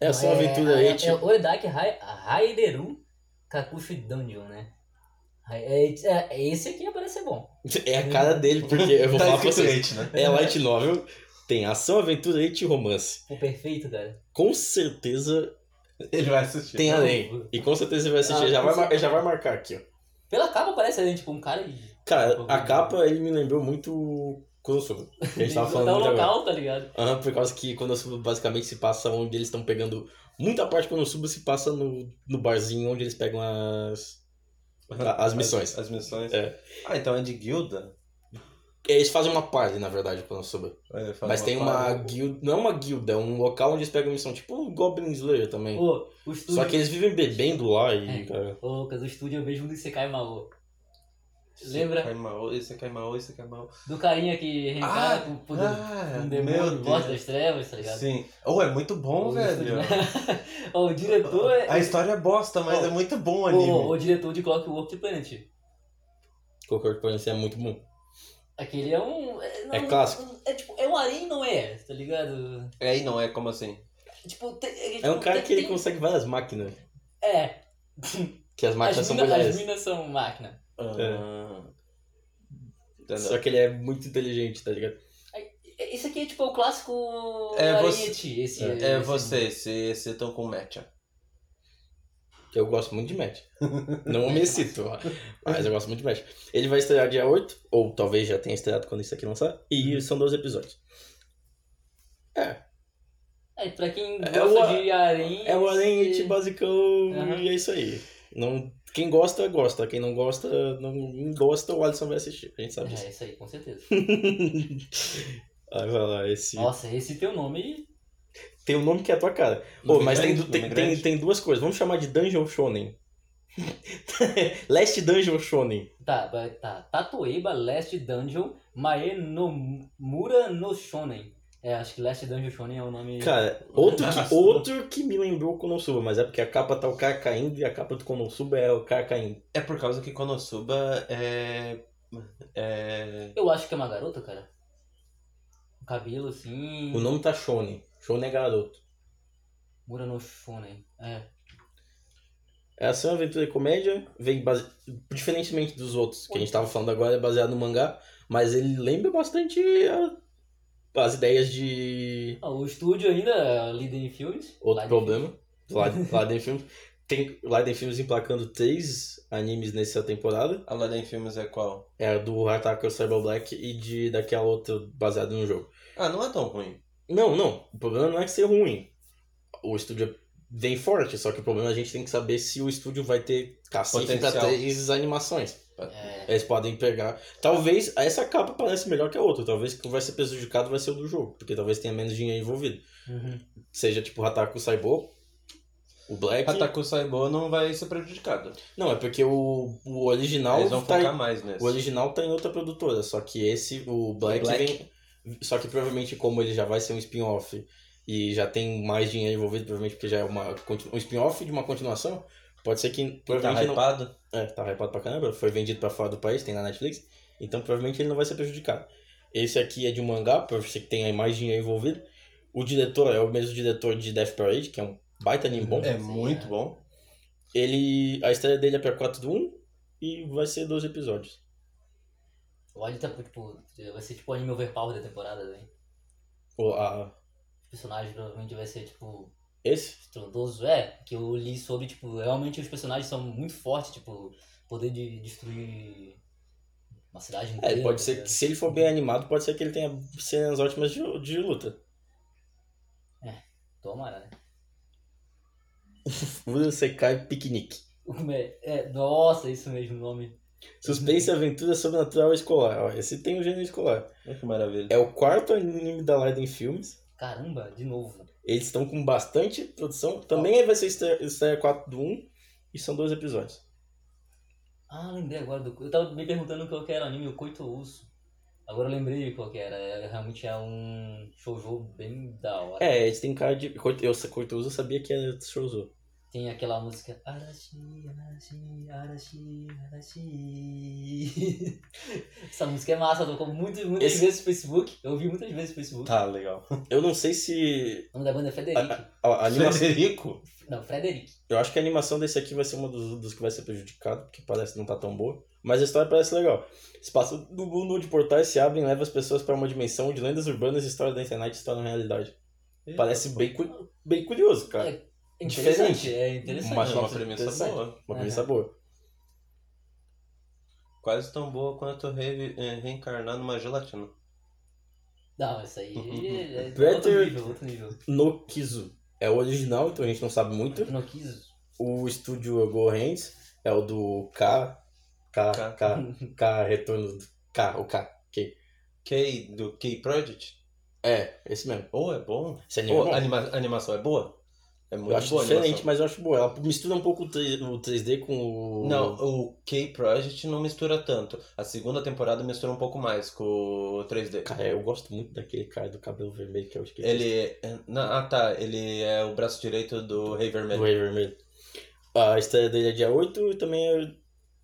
Essa é uma aventura aí, é, tipo... É Oredaki Hai- Haideru Kakushi Dungeon, né? Hai- É, é- é- esse aqui parece ser bom. É a cara dele, porque eu vou Tá falar pra escrito vocês. hate, né? É light novel, tem ação, aventura, hate e romance. O Tipo, perfeito, cara. Com certeza Ele vai assistir. tem além. E com certeza ele vai assistir. Ah, já, com vai, mar- certeza. já vai marcar aqui, ó. Pela capa parece ali, tipo, um cara de... Cara, a capa ele me lembrou muito o Konosuba. que A gente tava de- falando tá um muito agora. local, tá ligado? Aham, por causa que Konosuba basicamente se passa onde eles estão pegando. Muita parte de Konosuba se passa no, no barzinho onde eles pegam as. a- as missões. As, as missões. É. Ah, então é de guilda? Eles fazem uma party, na verdade, Konosuba. É, fala Mas tem uma parada. guilda. Não é uma guilda, é um local onde eles pegam missão. Tipo o Goblin Slayer também. Pô, o estúdio... Só que eles vivem bebendo lá É. e. cara, Ô, Lucas, o estúdio eu vejo um do Isekai Maô. Lembra? Cai mal, esse cai mal, esse cai mal. Do carinha que reencarna com o poder ah, um meu demônio, Deus. voz das trevas, tá ligado? Sim. Oh, é muito bom, O velho. estúdio- Ó, o diretor é... A história é bosta, mas Oh. é muito bom o anime. O, o diretor de Clockwork Planet. Qualquer coisa é muito bom. Aquele é um. É, não- É clássico. É tipo, é um arim, não é? Tá ligado? É, e não é como assim? Tipo, tem, é, É tipo, um cara tem- que ele tem- consegue várias máquinas. É, Que as máquinas as são minas, as mulheres. minas são máquina. Ah. Só que ele é muito inteligente, tá ligado? É, Esse aqui é tipo o clássico. É Arete, você- Esse, é É esse- vocês, se se estão com matcha. Que eu gosto muito de match. Não me excito, ó, mas eu gosto muito de match. Ele vai estrear dia 8, ou talvez já tenha estreado quando isso aqui lançar. E são 12 episódios. É, É, pra quem É gosta o- de Arém. É o tipo, Arenite basicão Aham. e é isso aí. Não, quem gosta, gosta. Quem não gosta, não gosta, o Alisson vai assistir. A gente sabe disso. É, isso aí, com certeza. Aí vai lá, esse. Nossa, esse teu nome. Tem um nome que é a tua cara. Pô, Nome mas tem, grande, tem, nome tem, grande. tem duas coisas. Vamos chamar de Dungeon Shonen. Last Dungeon Shonen. Tá, vai- tá. Tatoeba Last Dungeon Mae no Mura no Shonen. É, acho que Last Dungeon Shonen é o nome. Cara, outro que, Nossa. outro que me lembrou o Konosuba, mas é porque a capa tá o cara caindo e a capa do Konosuba é o cara caindo. É por causa que Konosuba é. É. Eu acho que é uma garota, cara. O cabelo assim. O nome tá Shonen. Shonen é garoto. Mura no Shonen. É. É ação, aventura e comédia. Vem base... Diferentemente dos outros que a gente tava falando agora, é baseado no mangá. Mas ele lembra bastante a- as ideias de Ah, o estúdio ainda é Liden Films. Outro Leiden problema, Laden, Laden Filmes. Tem Laden Filmes emplacando três animes nessa temporada. A Laden Filmes é qual? É a do Attack on Cyber Black e de daquela outra baseada no jogo. Ah, não é tão ruim. Não, não. O problema não é ser ruim. O estúdio vem forte, só que o problema é a gente tem que saber se o estúdio vai ter cacife pra Potencial. três animações. Films. É. Eles podem pegar. Talvez essa capa parece melhor que a outra. Talvez que vai ser prejudicado vai ser o do jogo, porque talvez tenha menos dinheiro envolvido. Uhum. Seja tipo o Hataku Saibo, o Black. Hataku Saibo não vai ser prejudicado. Não, é porque o, o original Eles vão tá focar em, mais nesse. o original tá em outra produtora, só que esse o Black, O Black. vem só que provavelmente como ele já vai ser um spin-off e já tem mais dinheiro envolvido, provavelmente porque já é uma continu- um spin-off de uma continuação, pode ser que Tá provavelmente não hypado? é, tá hypado pra caramba, foi vendido pra fora do país, tem na Netflix, então provavelmente ele não vai ser prejudicado. Esse aqui é de um mangá, pra você que tem aí mais dinheiro envolvido. O diretor é o mesmo diretor de Death Parade, que é um baita anime bom. É Sim, muito é. bom. Ele. A estreia dele é pra 4 do 1 e vai ser 12 episódios. O Ali tá tipo. Vai ser tipo o anime overpower da temporada, né? O, a, Os personagens provavelmente vai ser tipo. esse? estrondoso é, que eu li sobre, tipo, realmente os personagens são muito fortes, tipo, poder de destruir uma cidade É, inteira. tá ele pode ser que se ele for bem animado, pode ser que ele tenha cenas ótimas de, de luta. Tomara, né? Fuda Sekai Piquenique. O como é- é, nossa, isso mesmo o nome. Suspense Aventura Sobrenatural Escolar. Ó, esse tem o gênero escolar. Olha que maravilha. É o quarto anime da Leiden Filmes. Caramba, de novo. Eles estão com bastante produção. Também vai ser estreia, estreia 4 do 1 e são 12 episódios. Ah, lembrei agora do. Eu tava me perguntando qual que era o anime, o Coito Uso. Agora eu lembrei qual que era. é, realmente é um shoujo bem da hora. É, eles têm cara de. Eu, Cortuzo, eu sabia que era Shouzo. Tem aquela música Arashi, Arashi, Arashi, Arashi. Essa música é massa, tocou muito, muitas Esse- vezes no Facebook. Eu ouvi muitas vezes no Facebook. Tá Ah, legal. Eu não sei se. O nome da banda é Frederic. a- a animação- Frederico? Não, Frederic. Eu acho que a animação desse aqui vai ser uma dos, dos que vai ser prejudicado, porque parece que não tá tão boa. Mas a história parece legal. Espaço do mundo onde portais se abrem leva as pessoas pra uma dimensão onde lendas urbanas e histórias da internet se tornam realidade. parece bem, cu- bem curioso, cara. É, É Diferente. Interessante, é interessante. Mas- É uma Nossa, premissa interessante. boa. Uma Aham. premissa boa. Quase tão boa quanto re- eh, reencarnar numa gelatina. Não, isso aí Uhum. é é outro Frederic. nível, outro nível. No Kizu. É o original, então a gente não sabe muito. Eu não quis. O estúdio é o Go Hands é o do K. K. K. K. K. retorno do K. O K. K do K Project? É, esse mesmo. Oh, é bom. Esse anime é Oh, bom. a anima- a animação é boa? É muito Eu acho boa a diferente, animação. mas eu acho boa. Ela mistura um pouco o 3D, o 3D com o. Não, o K Project não mistura tanto. A segunda temporada mistura um pouco mais com o 3D. Cara, eu gosto muito daquele cara do cabelo vermelho que eu esqueci. Ele. na- Ah tá, ele é o braço direito do Rei Do Vermelho. Rei Vermelho. A estreia dele é dia 8 e também é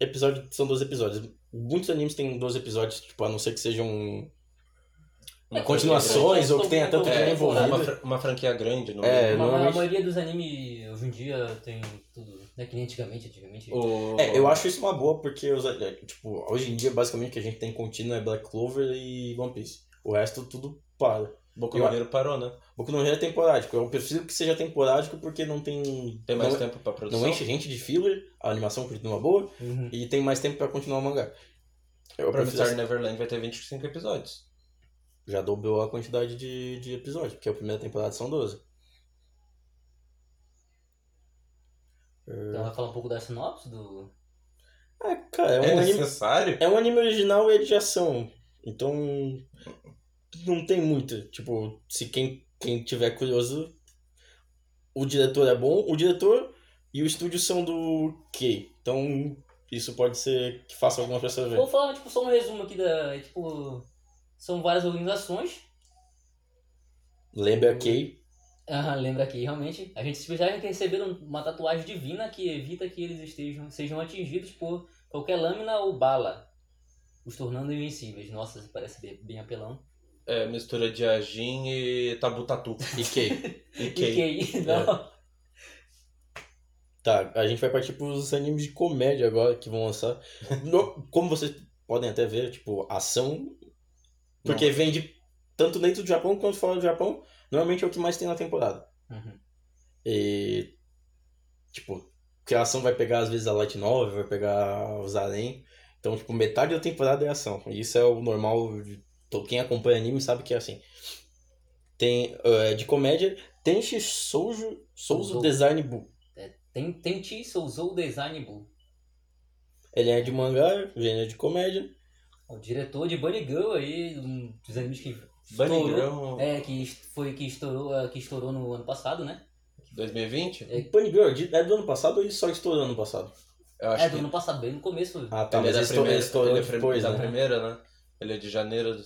episódio, são 12 episódios. Muitos animes têm 12 episódios, tipo, a não ser que sejam Uma continuações ou que tenha tanto franquia grande. dinheiro É, uma, envolvido. fra- uma franquia grande no É, mínimo. Mas normalmente- A maioria dos animes hoje em dia tem tudo. Não é que nem antigamente, antigamente. O- É, eu acho isso uma boa, porque os- é, tipo, hoje em dia, basicamente, o que a gente tem contínuo é Black Clover e One Piece. O resto tudo para. Boku eu- no Hero parou, né? Boku no Hero é temporádico. Eu prefiro que seja temporádico porque não tem. Tem mais não- tempo pra produção. Não enche gente de filler, a animação continua boa Uhum. e tem mais tempo pra continuar o mangá. Eu O prefiro Professor assim, Neverland vai ter 25 episódios. já dobrou a quantidade de, de episódios, porque a primeira temporada são 12. É. Então vai falar um pouco da sinopse do. Ah, cara, é um É anime necessário? É um anime original e ele de ação. Então. Não tem muito. Tipo, se quem, quem tiver curioso. O diretor é bom. O diretor e o estúdio são do K. Então, isso pode ser que faça algumas pessoas Vou verem. falar tipo, só um resumo aqui da. é, Tipo. São várias organizações. Lembra K? Ah, lembra aqui, realmente. A gente tipo, especializa que receberam um, uma tatuagem divina que evita que eles estejam, sejam atingidos por qualquer lâmina ou bala, os tornando invencíveis. Nossa, isso parece bem, bem apelão. É, mistura de Ajin e Tabu Tatu. E K. E E que Kei. aí, não. Tá, a gente vai partir pros animes de comédia agora que vão lançar. No- como vocês podem até ver, tipo, ação. Porque vende tanto dentro do Japão quanto fora do Japão. Normalmente é o que mais tem na temporada. Uhum. E, tipo, que a ação vai pegar às vezes a Light Novel, vai pegar os Além. Então, tipo, metade da temporada é ação. E isso é o normal. De... to- Quem acompanha anime sabe que é assim. Tem, eh, de comédia, Tenshi Soujo, Souzo Souzo. Design Book. Tem, tem Ti Souzou Design Buu, Ele é de mangá, gênero de comédia. o diretor de Bunny Girl aí, um dos animes que estourou, Banigrão é, que est- foi que estourou, ah, que estourou no ano passado, né? 2020? É. Bunny Girl de- é do ano passado ou ele só estourou ano passado? Eu É, acho do que ano passado, bem no começo. Ah, tá, ele é mas da ele estourou, primeira. ele estourou ele é prim- depois, da né? primeira, né? Ele é de janeiro.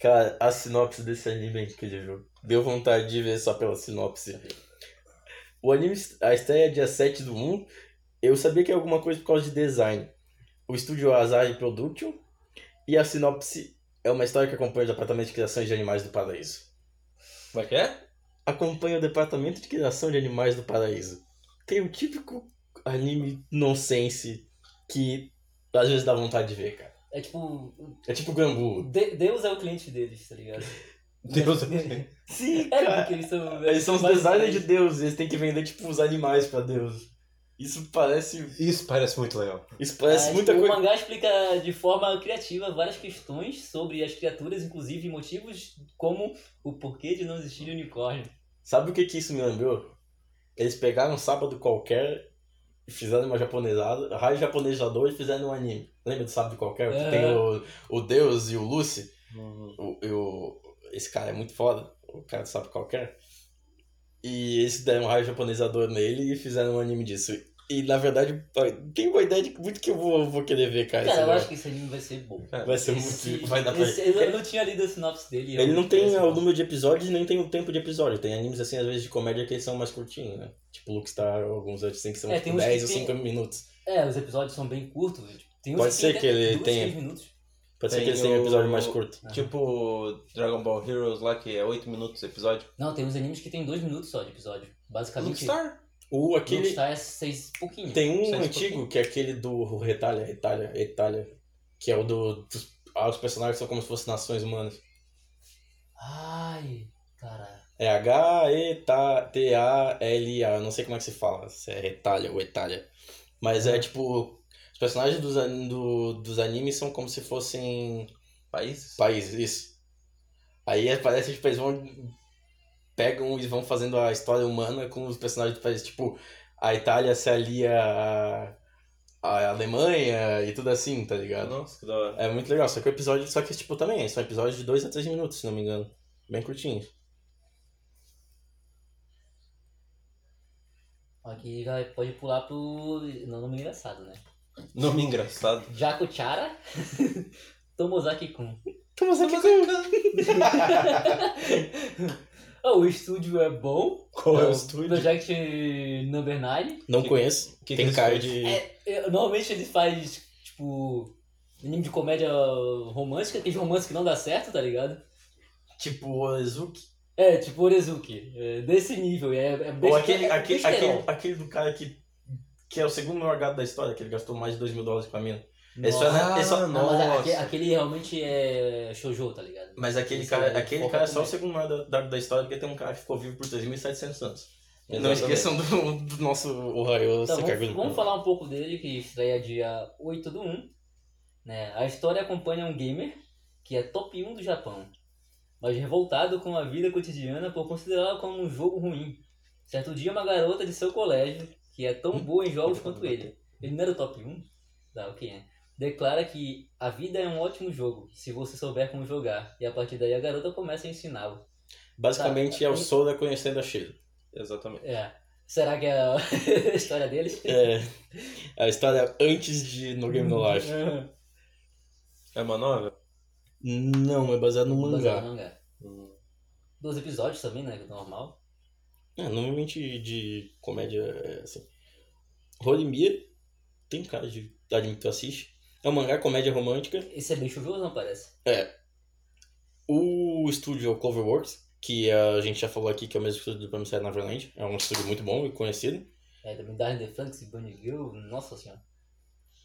Cara, a sinopse desse anime é incrível. Deu vontade de ver só pela sinopse. O anime, a estreia é dia 7 do 1. Eu sabia que era alguma coisa por causa de design. O estúdio é Azari Production. E a sinopse é uma história que acompanha o Departamento de Criação de Animais do Paraíso. Como é que é? Acompanha o Departamento de Criação de Animais do Paraíso. Tem o típico anime nonsense que às vezes dá vontade de ver, cara. É tipo, É tipo Gambu. de- Deus é o cliente deles, tá ligado? Deus Sim, É, porque eles são. Eles são os mas- é. designers de Deus, eles têm que vender tipo os animais pra Deus. Isso parece. Isso parece muito legal. Isso parece Ah, muita o coisa. mangá explica de forma criativa várias questões sobre as criaturas, inclusive motivos como o porquê de não existir unicórnio. Sabe o que que isso me lembrou? Eles pegaram um sábado qualquer e fizeram uma japonesada, raio japonejador e fizeram um anime. Lembra do sábado qualquer? Que É. tem o, o Deus e o Lucy. O, e o- esse cara é muito foda, o cara do sábado qualquer. E eles deram um raio japonezador nele e fizeram um anime disso. E na verdade, tem uma ideia de muito que eu vou, vou querer ver, cara. esse Cara, eu negócio. acho que esse anime vai ser bom. Vai ser Esse- muito. Vai dar pra esse- eu, eu não tinha lido a sinopse dele. Ele eu- não tem esse- o número de episódios nem tem o tempo de episódio. Tem animes, assim, às vezes de comédia que eles são mais curtinhos, né? Tipo Lookstar, alguns outros assim, que são É, tem tipo, uns que 10 ou tem- 5 minutos. É, os episódios são bem curtos. né? Tipo, Tem uns Pode ser tem que ele dois, tenha. três minutos. Pode ser Tem que eles tenham um o- episódio mais curto. Tipo Dragon Ball Heroes lá, que é 8 minutos o episódio. Não, tem uns animes que tem dois minutos só de episódio. Basicamente. Star? O Aquele... aquele. é seis e pouquinho. Tem um Seis antigo que é aquele do Retalha, Retalha, Retalha. Que é o do. Dos... Ah, os personagens são como se fossem nações humanas. Ai, cara. É H-E-T-A-L-A. Eu não sei como é que se fala, se é retalha ou etalha. Mas é tipo. Os personagens dos, an- do- dos animes são como se fossem. Países? países, isso. Aí parece que tipo, eles vão. Pegam e vão fazendo a história humana com os personagens do país. Tipo, a Itália se alia à, à Alemanha e tudo assim, tá ligado? Nossa, que da hora. É muito legal. Só que o episódio. Só que, tipo, também, são episódios de 2 a 3 minutos, se não me engano. Bem curtinhos. Aqui já pode pular pro. Não, nome engraçado, né? Nome engraçado. Jakuchara Tomozaki-kun. Então você Oh, o estúdio é bom. Qual É o Project Number 9. Não conheço. Que Tem que cara eles de. Eu- Normalmente ele faz, tipo, anime de comédia romântica, aqueles romances que não dá certo, tá ligado? Tipo, o Azuki. É, tipo Orezuki. É desse nível. É, é besta- Ou aquele, é aquele, besterol. aquele, aquele do cara que. Que é o segundo maior gato da história, que ele gastou mais de 2 mil dólares com a mina. Esse é Nossa. só- esse só- Não, mas Ah, nossa. aque- aquele realmente é shoujo, tá ligado? Mas aquele Esse cara, é o aquele foco cara é só o também. segundo maior da, da, da história, porque tem um cara que ficou vivo por 3.700 anos. Não Exatamente. esqueçam do, do nosso Ohio Então, vamos, Sekaguri. vamos falar um pouco dele, que estreia dia 8 do 1. Né? A história acompanha um gamer que é top 1 do Japão, mas revoltado com a vida cotidiana por considerá-la como um jogo ruim. Certo dia, uma garota de seu colégio, que é tão boa em jogos quanto ele, ele não era top 1? Tá, ok, né? Declara que a vida é um ótimo jogo, se você souber como jogar. E a partir daí a garota começa a ensiná-lo. Basicamente é o Tá. Soda conhecendo a Shida. Exatamente. É. Será que é a a história deles? É a história antes de No Game No Life. É uma novela? Não, é baseado no Baseado mangá. no mangá. Um, Dois episódios também, né? Normal. É, normalmente de comédia é assim. Horimiya tem cara de idade que tu assiste. É um mangá comédia romântica. Esse é bem chuvoso, não parece? O estúdio é o Cloverworks, que a gente já falou aqui que é o mesmo estúdio do Promised Neverland. É um estúdio muito bom e conhecido. É, também Darren the Franks e Bunny Girl, nossa senhora.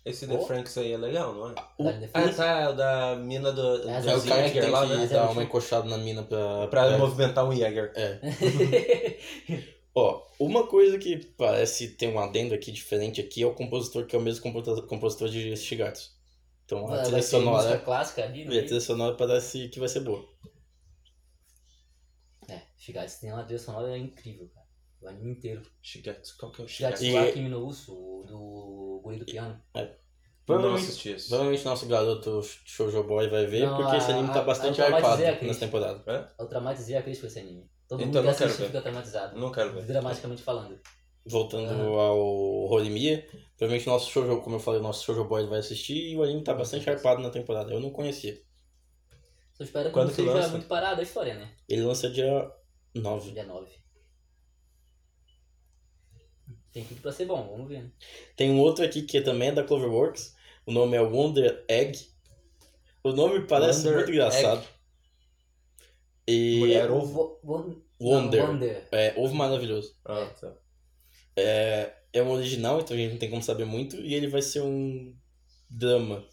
Esse The Oh. Franks aí é legal, não é? O- um Darren the Ah, Franks. tá, é o da mina do, do É, É o cara que Jäger tem lá, que né? Mas é dar no uma fim. encoxada na mina pra... Pra movimentar um Jäger. É. Ó, uma coisa que parece ter um adendo aqui diferente aqui é o compositor, que é o mesmo computa- compositor de Shigatsu. Então a Vai trilha ter música sonora. clássica ali, E né? no a meio. trilha sonora parece que vai ser boa. É, Shigatsu tem uma trilha sonora é incrível, cara. O anime inteiro. Shigatsu, qual que é o Shigatsu Shigatsu? E- e... Akimi no Uso, o do guri do piano. Não Provavelmente, assisti isso. provavelmente nosso garoto Shoujo Boy vai ver, Não, porque esse anime a- tá a- bastante a- a- hypado a- a- nessa temporada. Eu É traumatizei a Cris com esse anime. Todo Então mundo que não quero assiste ver. fica traumatizado. Não quero ver. Dramaticamente falando. Voltando Aham. ao Horimiya, provavelmente nosso Shoujo, como eu falei, nosso Shoujo Boy vai assistir e o anime tá bastante hypado na temporada. Eu não conhecia. Só espero que Quando não que seja lança? muito parada a história, né? Ele lança dia 9. Dia é 9. Tem tudo pra ser bom, vamos ver. né? Tem um outro aqui que também é da Cloverworks. O nome é Wonder Egg. O nome parece Wonder muito engraçado. E Mulher ovo. Wo- Won- Wonder. Não, Wonder. É, ovo maravilhoso. Ah, tá. É um original, então a gente não tem como saber muito. E ele vai ser um drama.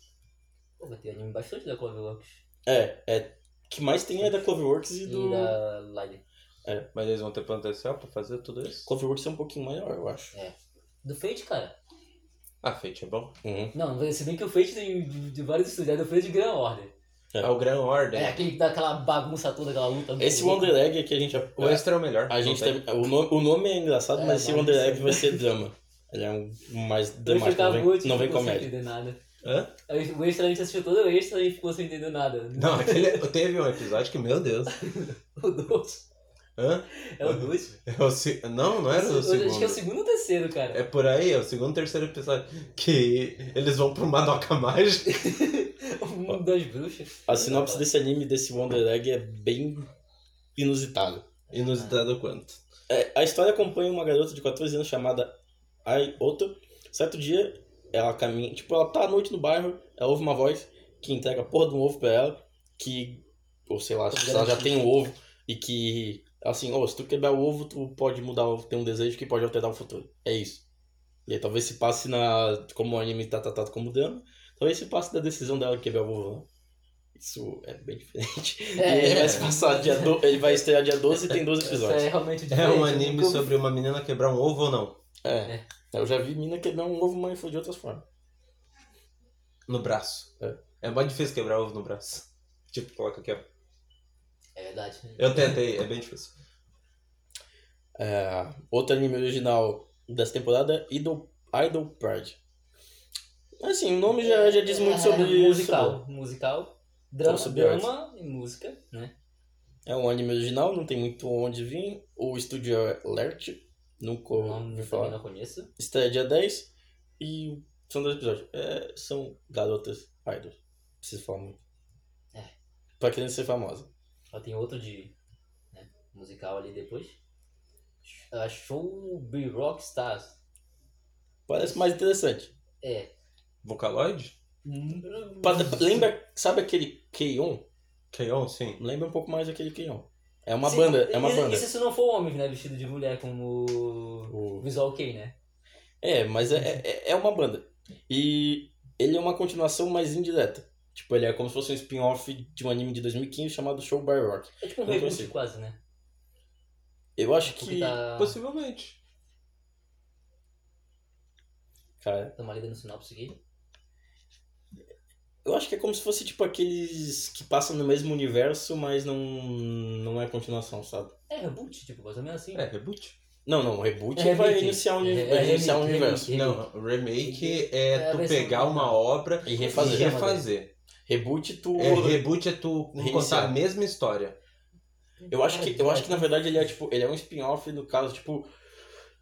Pô, vai ter anime bastante da Cloverworks. É, é. O que mais tem é da Cloverworks e E do. da Lyle. Mas eles vão ter potencial pra fazer tudo isso? Cloverworks é um pouquinho maior, eu acho. Do Fate, cara. Ah, Fate é bom. Uhum. Não, se bem que o Fate tem de, de vários estudos. É do Fate de Grand Order. É. É, o Grand Order. É aquele que dá aquela bagunça toda, aquela luta. Esse Wonder Egg aqui a gente. O extra é o melhor. A gente Não tem. tem- o, nome, o nome é engraçado, É, mas esse mas- Wonder Egg vai ser drama. Ele é um um mais Eu dramático, ficava não vem, muito não vem ficou sem comédia. entender nada. Hã? Aí O extra a gente assistiu todo o extra e ficou sem entender nada. Não, aquele... teve um episódio que, meu Deus. O 2. Hã? É o 2. É o se... Não, não era o Acho que é o segundo. segundo ou terceiro, cara. É por aí, é o segundo, terceiro episódio. Que eles vão pro Madoka Mágica. O mundo das Um, bruxas. A sinopse desse anime, desse Wonder Egg, é bem inusitada. Inusitado quanto? É, a história acompanha uma garota de 14 anos chamada Ayoto. Certo dia, ela caminha. Tipo, ela tá à noite no bairro, ela ouve uma voz que entrega a porra de um ovo pra ela, que. Ou sei lá, se ela já tem um ovo, e que. Assim, ô, se tu quebrar o ovo, tu pode mudar, o- tem um desejo que pode alterar o futuro. É isso. E aí talvez se passe na. Como o anime tá tratado como drama, talvez se passe da decisão dela de quebrar o ovo. lá. Isso é bem diferente. e ele vai se passar dia do... Ele vai estrear dia 12 e tem 12 Isso episódios. É. é realmente É um diferente, anime nunca ouvi sobre uma menina quebrar um ovo ou não? É. Eu já vi mina quebrar um ovo mas foi de outras formas. No braço. É mais difícil quebrar ovo no braço. Tipo, coloca aqui, ó. É verdade. Eu tentei, é bem difícil. É, outro anime original dessa temporada, Idol, Idol Pride. Assim, o nome já, já diz muito É, sobre musical. Musical, drama, sobre arte. drama e música, né? É um anime original, não tem muito onde vir. O estúdio é Lert, nunca O ouvi nome também falar. não conheço. Estreia dia 10 e são dois episódios. É, são garotas idols. Preciso falar muito. É. Pra querendo ser famosa. Só tem outro de né, musical ali depois. Ah, Show B Rock Stars. Parece mais interessante. É. Vocaloid? Pa- Lembra, sabe aquele um? K-On? K.O., sim. Lembra um pouco mais daquele Kenyon. É uma Se- banda, é uma e- banda. E se isso não for homem, né? Vestido de mulher como O- Visual K, né? É, mas é, é, é uma banda. E ele é uma continuação mais indireta. Tipo, ele é como se fosse um spin-off de um anime de 2015 chamado Show by Rock. É tipo um Não reboot consigo. quase, né? Eu acho Porque que. tá... Possivelmente. Cara, Dá tá uma lida no sinopse aqui. eu acho que é como se fosse tipo aqueles que passam no mesmo universo, mas não, não é continuação, sabe? É reboot, tipo, mais ou menos assim. É, reboot. Não, não, o reboot É vai remake. iniciar um, É- é vai iniciar um remake, universo. Não, o remake É é a tu versão pegar final. uma obra E e refazer. Fazer. refazer. Reboot tu. É, reboot é tu Reiniciar. contar a mesma história. Eu acho que eu acho que na verdade ele é tipo, ele é um spin-off do caso, tipo,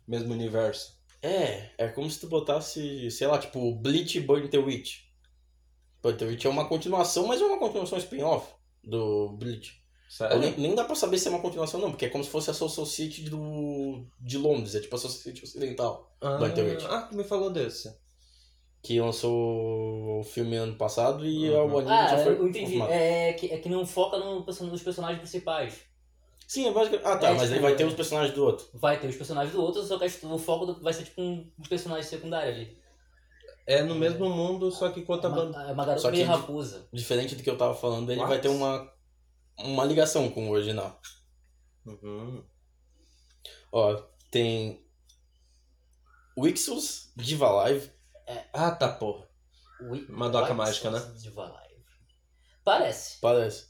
Mesmo universo. é, é como se tu botasse, sei lá, tipo, Bleach e Burn the Witch. Burn the Witch é uma continuação, mas é uma continuação spin-off do Bleach. Eu Sabe? nem, nem dá pra saber se é uma continuação não, porque é como se fosse a Soul Society do de Londres, é tipo a Society Ocidental, Ah, Black Witch. ah, tu me falou desse. que lançou o filme ano passado e Uhum. o anime Ah, já foi um eu entendi. confirmado. É que, é que não foca no person- nos personagens principais. Sim, é basicamente. Ah, tá, É, mas ele tipo, vai ter é. os personagens do outro. Vai ter os personagens do outro, só que acho que o foco do- vai ser tipo um um personagem secundário ali. É no mesmo mundo, só que conta a Uma, banda. uma Só garota que meio de- raposa. Diferente do que eu tava falando, ele What? vai ter uma uma ligação com o original. Uhum. Ó, tem Wixels, Diva Live. Ah, tá, porra. Ui, Madoka White mágica, né? Sauce de Valaive. Parece. Parece.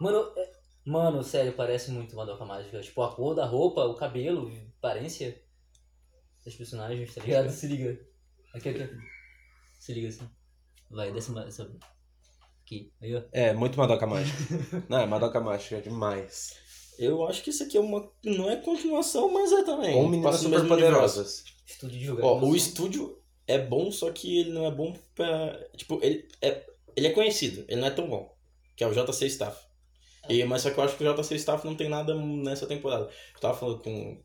Mano, é- mano, sério, parece muito Madoka Mágica. Tipo, a cor da roupa, o cabelo, a aparência das personagens, tá ligado? Se liga. Aqui, aqui. Se liga assim. Vai, desce uma- essa. Aqui. Aí, ó. É, muito Madoka Mágica. Não, é Madoka Mágica demais. Eu acho que isso aqui é uma. Não é continuação, mas é também. Ou meninas Passa no mesmo super poderosas. Estúdio de jogar. universo. Ó, o estúdio é bom, só que ele não é bom pra. Tipo, ele é, ele é conhecido, ele não é tão bom. Que é o JC Staff. E, mas só que eu acho que o JC Staff não tem nada nessa temporada. Eu tava falando com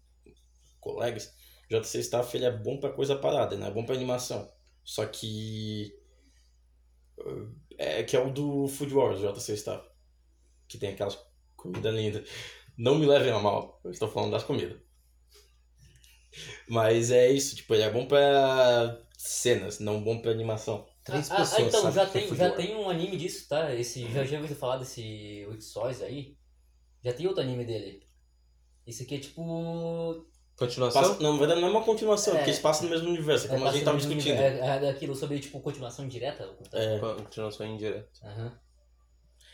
colegas, o JC Staff ele é bom pra coisa parada, ele não é bom pra animação. Só que. É que é o do Food Wars, o JC Staff. Que tem aquelas comidas lindas. Não me levem a mal, eu estou falando das comidas. Mas é isso, tipo, ele é bom pra cenas, não bom pra animação. Três ah, ah, pessoas. então, sabe já o que é tem, já Fujiwara. tem um anime disso, tá? Esse, já já ouviu falar desse Wixoys aí? Já tem outro anime dele. Esse aqui é tipo. Continuação? Passa, não, na verdade não é uma continuação, É. porque eles passam no mesmo universo, é como a gente tava tava discutindo. É, é daquilo sobre, tipo, continuação direta? É. Continuação indireta. Aham.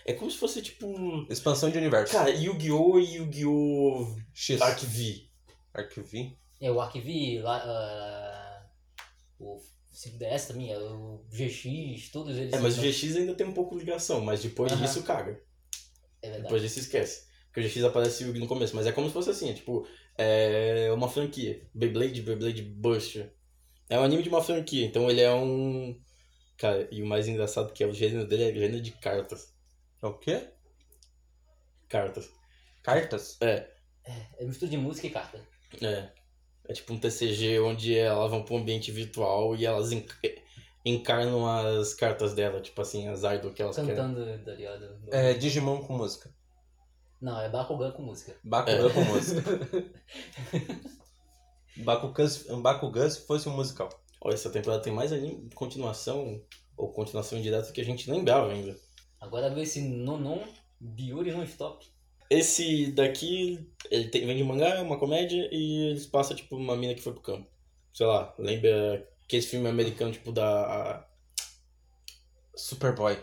É como se fosse tipo. Expansão de universo. Cara, Yu-Gi-Oh! e Yu-Gi-Oh! X. Dark V. Arquivi. É o Arquivi, lá, ah, o 5DS também, é o GX, todos eles. É, mas o são- GX ainda tem um pouco de ligação, mas depois Aham. disso caga. É verdade. Depois disso esquece. Porque o GX aparece Yugi no começo, mas é como se fosse assim, é tipo, é uma franquia. Beyblade, Beyblade Buster. É um anime de uma franquia, então ele é um. Cara, e o mais engraçado que é o gênero dele é gênero de cartas. É o quê? Cartas. Cartas? É mistura de música e carta. É. É tipo um TCG onde elas vão pra um ambiente virtual e elas enc- encarnam as cartas dela, tipo assim, as idol que elas querem. Cantando, tá ligado? É Digimon com música. Não, é Bakugan com música. Bakugan com música. Bakugan, se- Bakugan se fosse um musical. Ó, essa temporada tem mais anime de continuação, ou continuação direta que a gente lembrava ainda. Agora veio esse Nonon Biuri Non-Stop. Esse daqui, ele tem, vem de mangá, é uma comédia, e eles passam, tipo, uma mina que foi pro campo. Sei lá, lembra que esse filme americano, tipo, da... a- Superboy.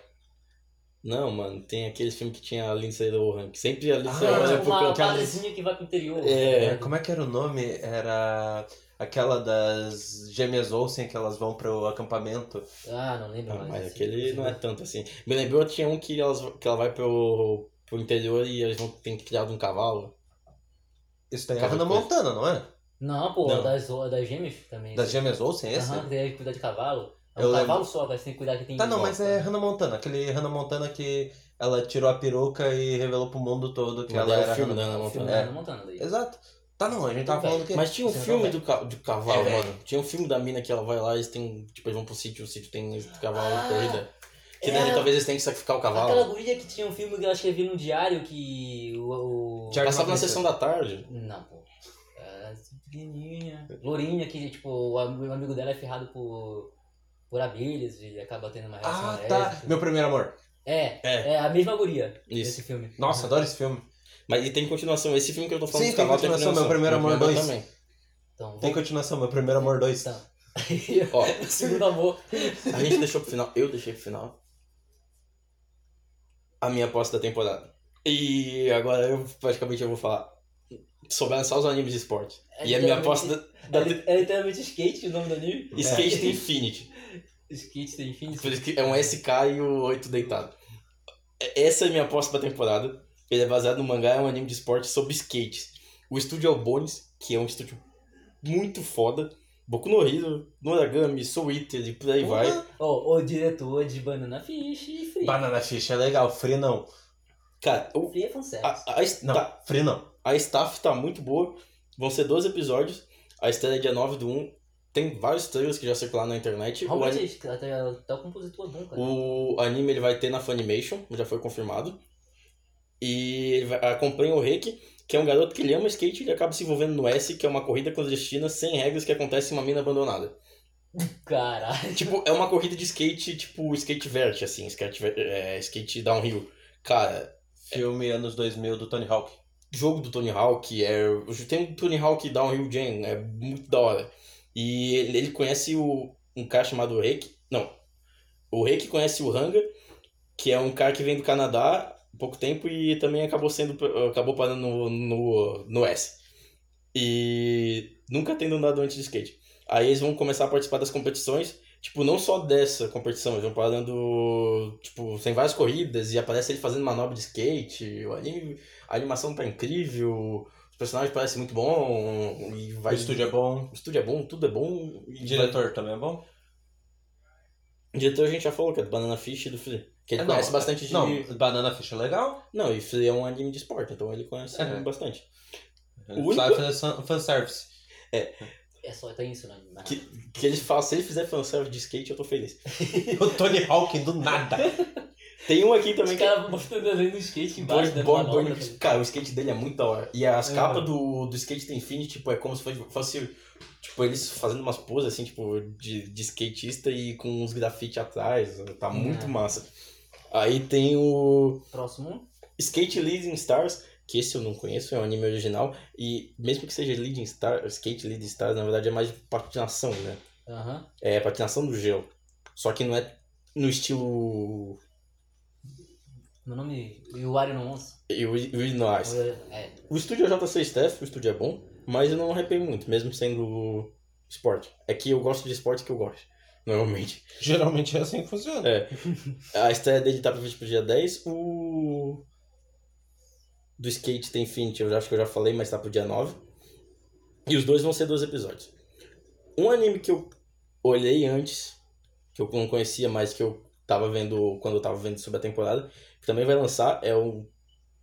Não, mano, tem aquele filme que tinha a Lindsay Lohan, que sempre a Lindsay Ah, Lohan é vai É pro uma campo. padrezinha que vai pro interior. É. É, como é que era o nome? Era aquela das gêmeas Olsen que elas vão pro acampamento. Ah, não lembro Ah, mais. mas assim, aquele assim. não é tanto assim. Me lembrou, tinha um que, elas, que ela vai pro, pro interior e eles vão ter que criar de um cavalo. Isso daí é Cara, Hannah coisa. Montana, não é? Não, pô, Não. Das, das gêmeas também. Das gêmeas Olsen, esse? Aham, tem que cuidar de cavalo. É Eu um lembro. cavalo só, mas tem que cuidar que tem. Tá, não, mas é volta. Hannah Montana. Aquele Hannah Montana que ela tirou a peruca e revelou pro mundo todo que Mas ela é o era filme Hannah da Ana Filme Montana. né, da É. Hannah Montana daí. Exato. Tá, não, a gente tava Então, falando que... Mas tinha um Você não filme vai. do, ca- do cavalo, É, velho. mano. Tinha um filme da mina que ela vai lá e eles têm. Tipo, eles vão pro sítio, o sítio tem esse cavalo Ah, de corrida. Que é. daí talvez eles tenham que sacrificar o cavalo. Aquela guria que tinha um filme que eu escrevi num diário que o. o- Diário- Passava na sessão da tarde. Não, pô. Era assim, pequenininha. Lourinha, que tipo, o am- o amigo dela é ferrado por. por abelhas e acaba tendo uma relação Ah, tá. lésbica. Meu primeiro amor. É, É. é, a mesma guria Isso. desse filme. Nossa, adoro esse filme. Mas e tem continuação. Esse filme que eu tô falando Sim, do tem cavalo continuação, Meu Primeiro Amor é Primeiro 2. também. Então, Tem continuação, Meu Primeiro Amor 2. Tá. Então. Ó, Segundo amor. a gente deixou pro final. Eu deixei pro final. A minha aposta da temporada. E agora eu praticamente eu vou falar. souberam só os animes de esporte. É e a minha literalmente- aposta da, É, da li- é literalmente skate o nome do anime. Skate to Infinity. Skate tem fim. Por isso que é um SK e o 8 deitado. É- Essa é a minha aposta pra temporada. Ele é baseado no mangá, é um anime de esporte sobre skate. O estúdio é o Bones, que é um estúdio muito foda. Boku no Hero, Noragami, Soul Eater e por aí vai. Ó, o diretor de Banana Fish e Free. Banana Fish é legal, Free não. Cara, o- Free é fanservice. a, a, est- Não, tá- Free não. a staff tá muito boa. Vão ser 12 episódios. A estreia é dia 9 do 1. Tem vários trailers que já circularam na internet. O, ani- Realmente, até, até o compositor é bom, cara. o anime ele vai ter na Funimation, já foi confirmado. E ele vai- acompanha o Rick, que é um garoto que ele ama skate e acaba se envolvendo no S, que é uma corrida clandestina sem regras que acontece em uma mina abandonada. Caralho. Tipo, é uma corrida de skate, tipo, skate vert, assim, skate, ver- é, skate downhill. Cara, Filme anos 2000 do Tony Hawk. jogo do Tony Hawk é. Tem um Tony Hawk Downhill Jam, é muito da hora. E ele, ele conhece o, um cara chamado Reiki. Não. O Reiki conhece o Hanga, que é um cara que vem do Canadá há pouco tempo e também acabou sendo. acabou parando no, no, no S. E nunca tendo andado antes de skate. Aí eles vão começar a participar das competições. Tipo, não só dessa competição, eles vão parando. Tipo, tem várias corridas e aparece ele fazendo manobra de skate. O anime, a animação tá incrível, os personagens parecem muito bom. E vai... O estúdio é bom. O estúdio é bom, tudo é bom. E Diretor também é bom? O diretor a gente já falou, que é do Banana Fish e do Free. Que ele É, não, conhece bastante de. Não. Não, Banana Fish é legal. e Free é um anime de esporte, então ele conhece É. bastante. O único- Sabe fazer san- fanservice. É só tem isso na na- Que- Que ele fala, se ele fizer fanservice de skate, eu tô feliz. O Tony Hawk do nada. Tem um aqui Os também que é. caras mostrando ali no skate Born, embaixo da né? Born, manobra. Born- cara, o skate dele é muito da hora. E as É. capas do, do skate da Infinity, tipo, é como se fosse, fosse, tipo, eles fazendo umas poses assim, tipo, de, de skatista e com uns grafite atrás. Hum. Tá muito É. massa. Aí tem o. tá? Próximo. Skate Leading Stars, que esse eu não conheço, é um anime original, e mesmo que seja Leading Star, Skate Leading Stars, na verdade é mais patinação, né? Aham. É patinação do gelo. Só que não é no estilo Meu nome é Iwari no Once. Illinois. É. O estúdio é o JC Staff, o estúdio é bom, mas eu não arrepio muito, mesmo sendo esporte. É que eu gosto de esporte que eu gosto, normalmente. Geralmente é assim que funciona. A estreia dele tá prevista pro dia 10. O. Do skate tem Infinity, eu já- acho que eu já falei, mas tá pro dia 9. E os dois vão ser dois episódios. Um anime que eu olhei antes, que eu não conhecia, mas que eu tava vendo quando eu tava vendo sobre a temporada, que também vai lançar, é o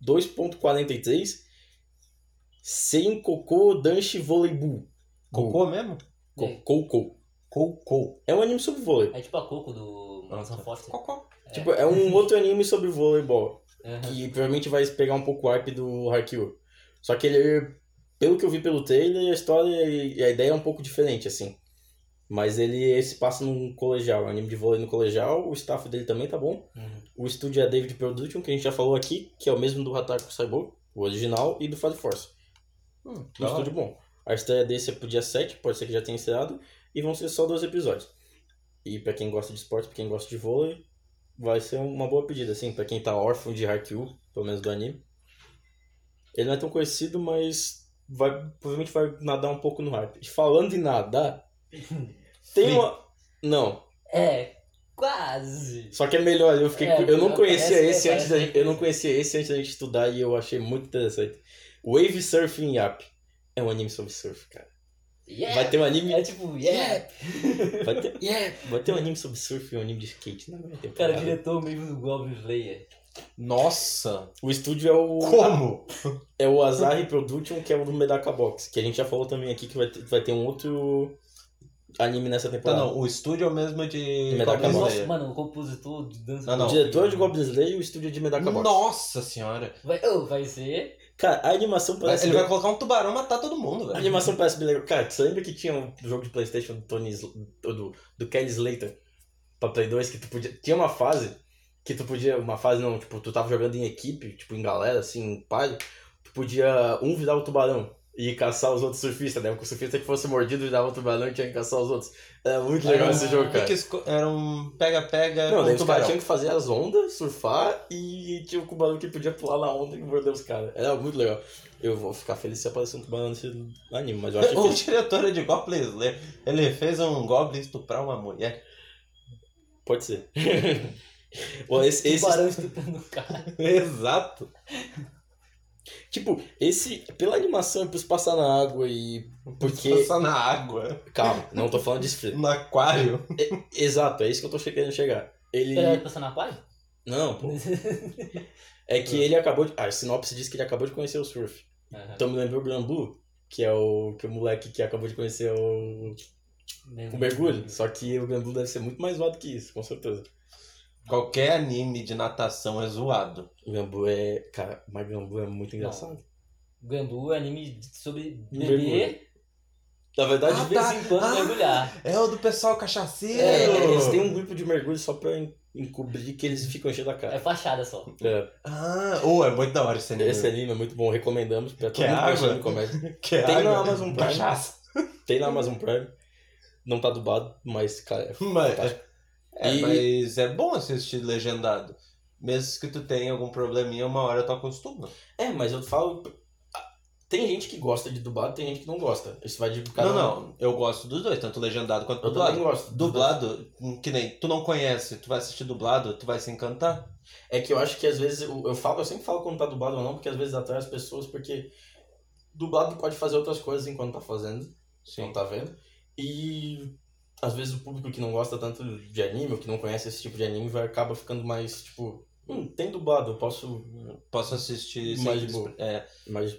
2.43 Senkoko Danshi Voleibol. Cocô mesmo? Cocô. Cocô. É um anime sobre vôlei. É tipo a Coco do Manson Foster. Cocô. Tipo, é um outro anime sobre voleibol. Aham. que provavelmente vai pegar um pouco o hype do Haikyuu. Só que ele, pelo que eu vi pelo trailer, a história e a ideia é um pouco diferente, assim. Mas ele se passa num colegial, é um anime de vôlei no colegial, o staff dele também tá bom. Uhum. O estúdio é David Production, que a gente já falou aqui, que é o mesmo do Hatako Saibou, o original, e do Fire Force. Hum, Um estúdio bom. A estreia desse é pro dia 7, pode ser que já tenha encerrado, e vão ser só dois episódios. E pra quem gosta de esporte, pra quem gosta de vôlei, vai ser uma boa pedida, assim, pra quem tá órfão de Haikyuu, pelo menos do anime. Ele não é tão conhecido, mas vai, provavelmente vai nadar um pouco no hype. E falando em nadar, tem Free. uma... Não, É. Quase. só que é melhor, eu fiquei... É, eu não parece- conhecia é, esse antes da, parece- eu não conhecia esse antes da gente estudar e eu achei muito interessante. Wave Surfing App. É um anime sobre surf, cara. Yeah. Vai ter um anime. É tipo, yeah. Vai ter, vai ter um anime sobre surf e um anime de skate na primeira Cara, temporada. o diretor mesmo do Goblin Slayer. Nossa. O estúdio é o, Como? é o Azari Production, que é o do Medaka Box, que a gente já falou também aqui que vai ter, vai ter um outro anime nessa Não, temporada. não, o estúdio é o mesmo de Medaka Goblin Box. Slayer. mano, o compositor de dança. Ah, Não, não. O diretor é de Goblin Slayer e o estúdio é de Medaka Box. Nossa senhora. Vai, oh, vai ser. Cara, a animação parece. Ele bem- vai colocar um tubarão e matar todo mundo, A velho. animação parece bem legal. Cara, você lembra que tinha um jogo de Playstation do Tony Sl- do, do Kelly Slater pra Play 2 que tu podia. Tinha uma fase que tu podia. Uma fase não, tipo, tu tava jogando em equipe, tipo, em galera, assim, em palha, tu podia um virar o tubarão e caçar os outros surfistas, né? O surfista que fosse mordido virava o tubarão e tinha que caçar os outros. Era muito legal Era esse um- jogo, que que cara. esco- Era um pega-pega Não, com daí os caras tubarão. tinham que fazer as um ondas, surfar e tinha o tubarão que podia pular na onda e morder os caras. Era muito legal. Eu vou ficar feliz se aparecer um tubarão nesse anime, mas eu acho O difícil. diretor é de Goblin Slayer, ele fez um Goblin estuprar uma mulher. Pode ser. Bom, esse, esse- Tubarão estuprando o cara. Exato. tipo, esse, pela animação, por se passar na água e. Porque. Passar na água, Calma, não tô falando de esfria. no aquário. Exato, é isso que eu tô che- querendo chegar. Ele. Ele passar na aquário? Não, pô. É que ele acabou de. Ah, a sinopse diz que ele acabou de conhecer o surf. Aham. Então me lembrou o Grambu, que é o. que o moleque que acabou de conhecer o. tipo, o mergulho. Só que o Grambu deve ser muito mais zoado que isso, com certeza. Qualquer anime de natação é zoado. O Gambu é. Cara, mas Gambu é muito engraçado. Gambu é anime sobre Mergulho. beber Na verdade, Ah, de vez tá. em quando Ah. mergulhar. É o do pessoal cachaceiro. é, eles têm um grupo de mergulho só pra en- encobrir que eles ficam enchendo a É cara. fachada só. É, Ah, oh, é muito da hora esse anime. esse anime é muito bom, recomendamos pra todo Quer mundo água? gostando de comédia. Que é Tem água. na Amazon Prime. Cachaça. Tem na Amazon Prime. Não tá dubado, mas, cara, é Mas, é, E- mas é bom assistir legendado. Mesmo que tu tenha algum probleminha, uma hora tu acostuma. É, mas eu falo. Tem gente que gosta de dublado, tem gente que não gosta. Isso vai de cada um. Não, não. Eu gosto dos dois, tanto legendado quanto Eu também dublado. gosto. Dublado, que nem tu não conhece, tu vai assistir dublado, tu vai se encantar. É que eu acho que às vezes eu, eu falo, eu sempre falo quando tá dublado ou não, porque às vezes atrai as pessoas, porque dublado pode fazer outras coisas enquanto tá fazendo, não Então, tá vendo. E às vezes o público que não gosta tanto de anime, ou que não conhece esse tipo de anime, vai acaba ficando mais tipo, hum, tem dublado, eu posso. Posso assistir sem Mais de des- boa. É, Mas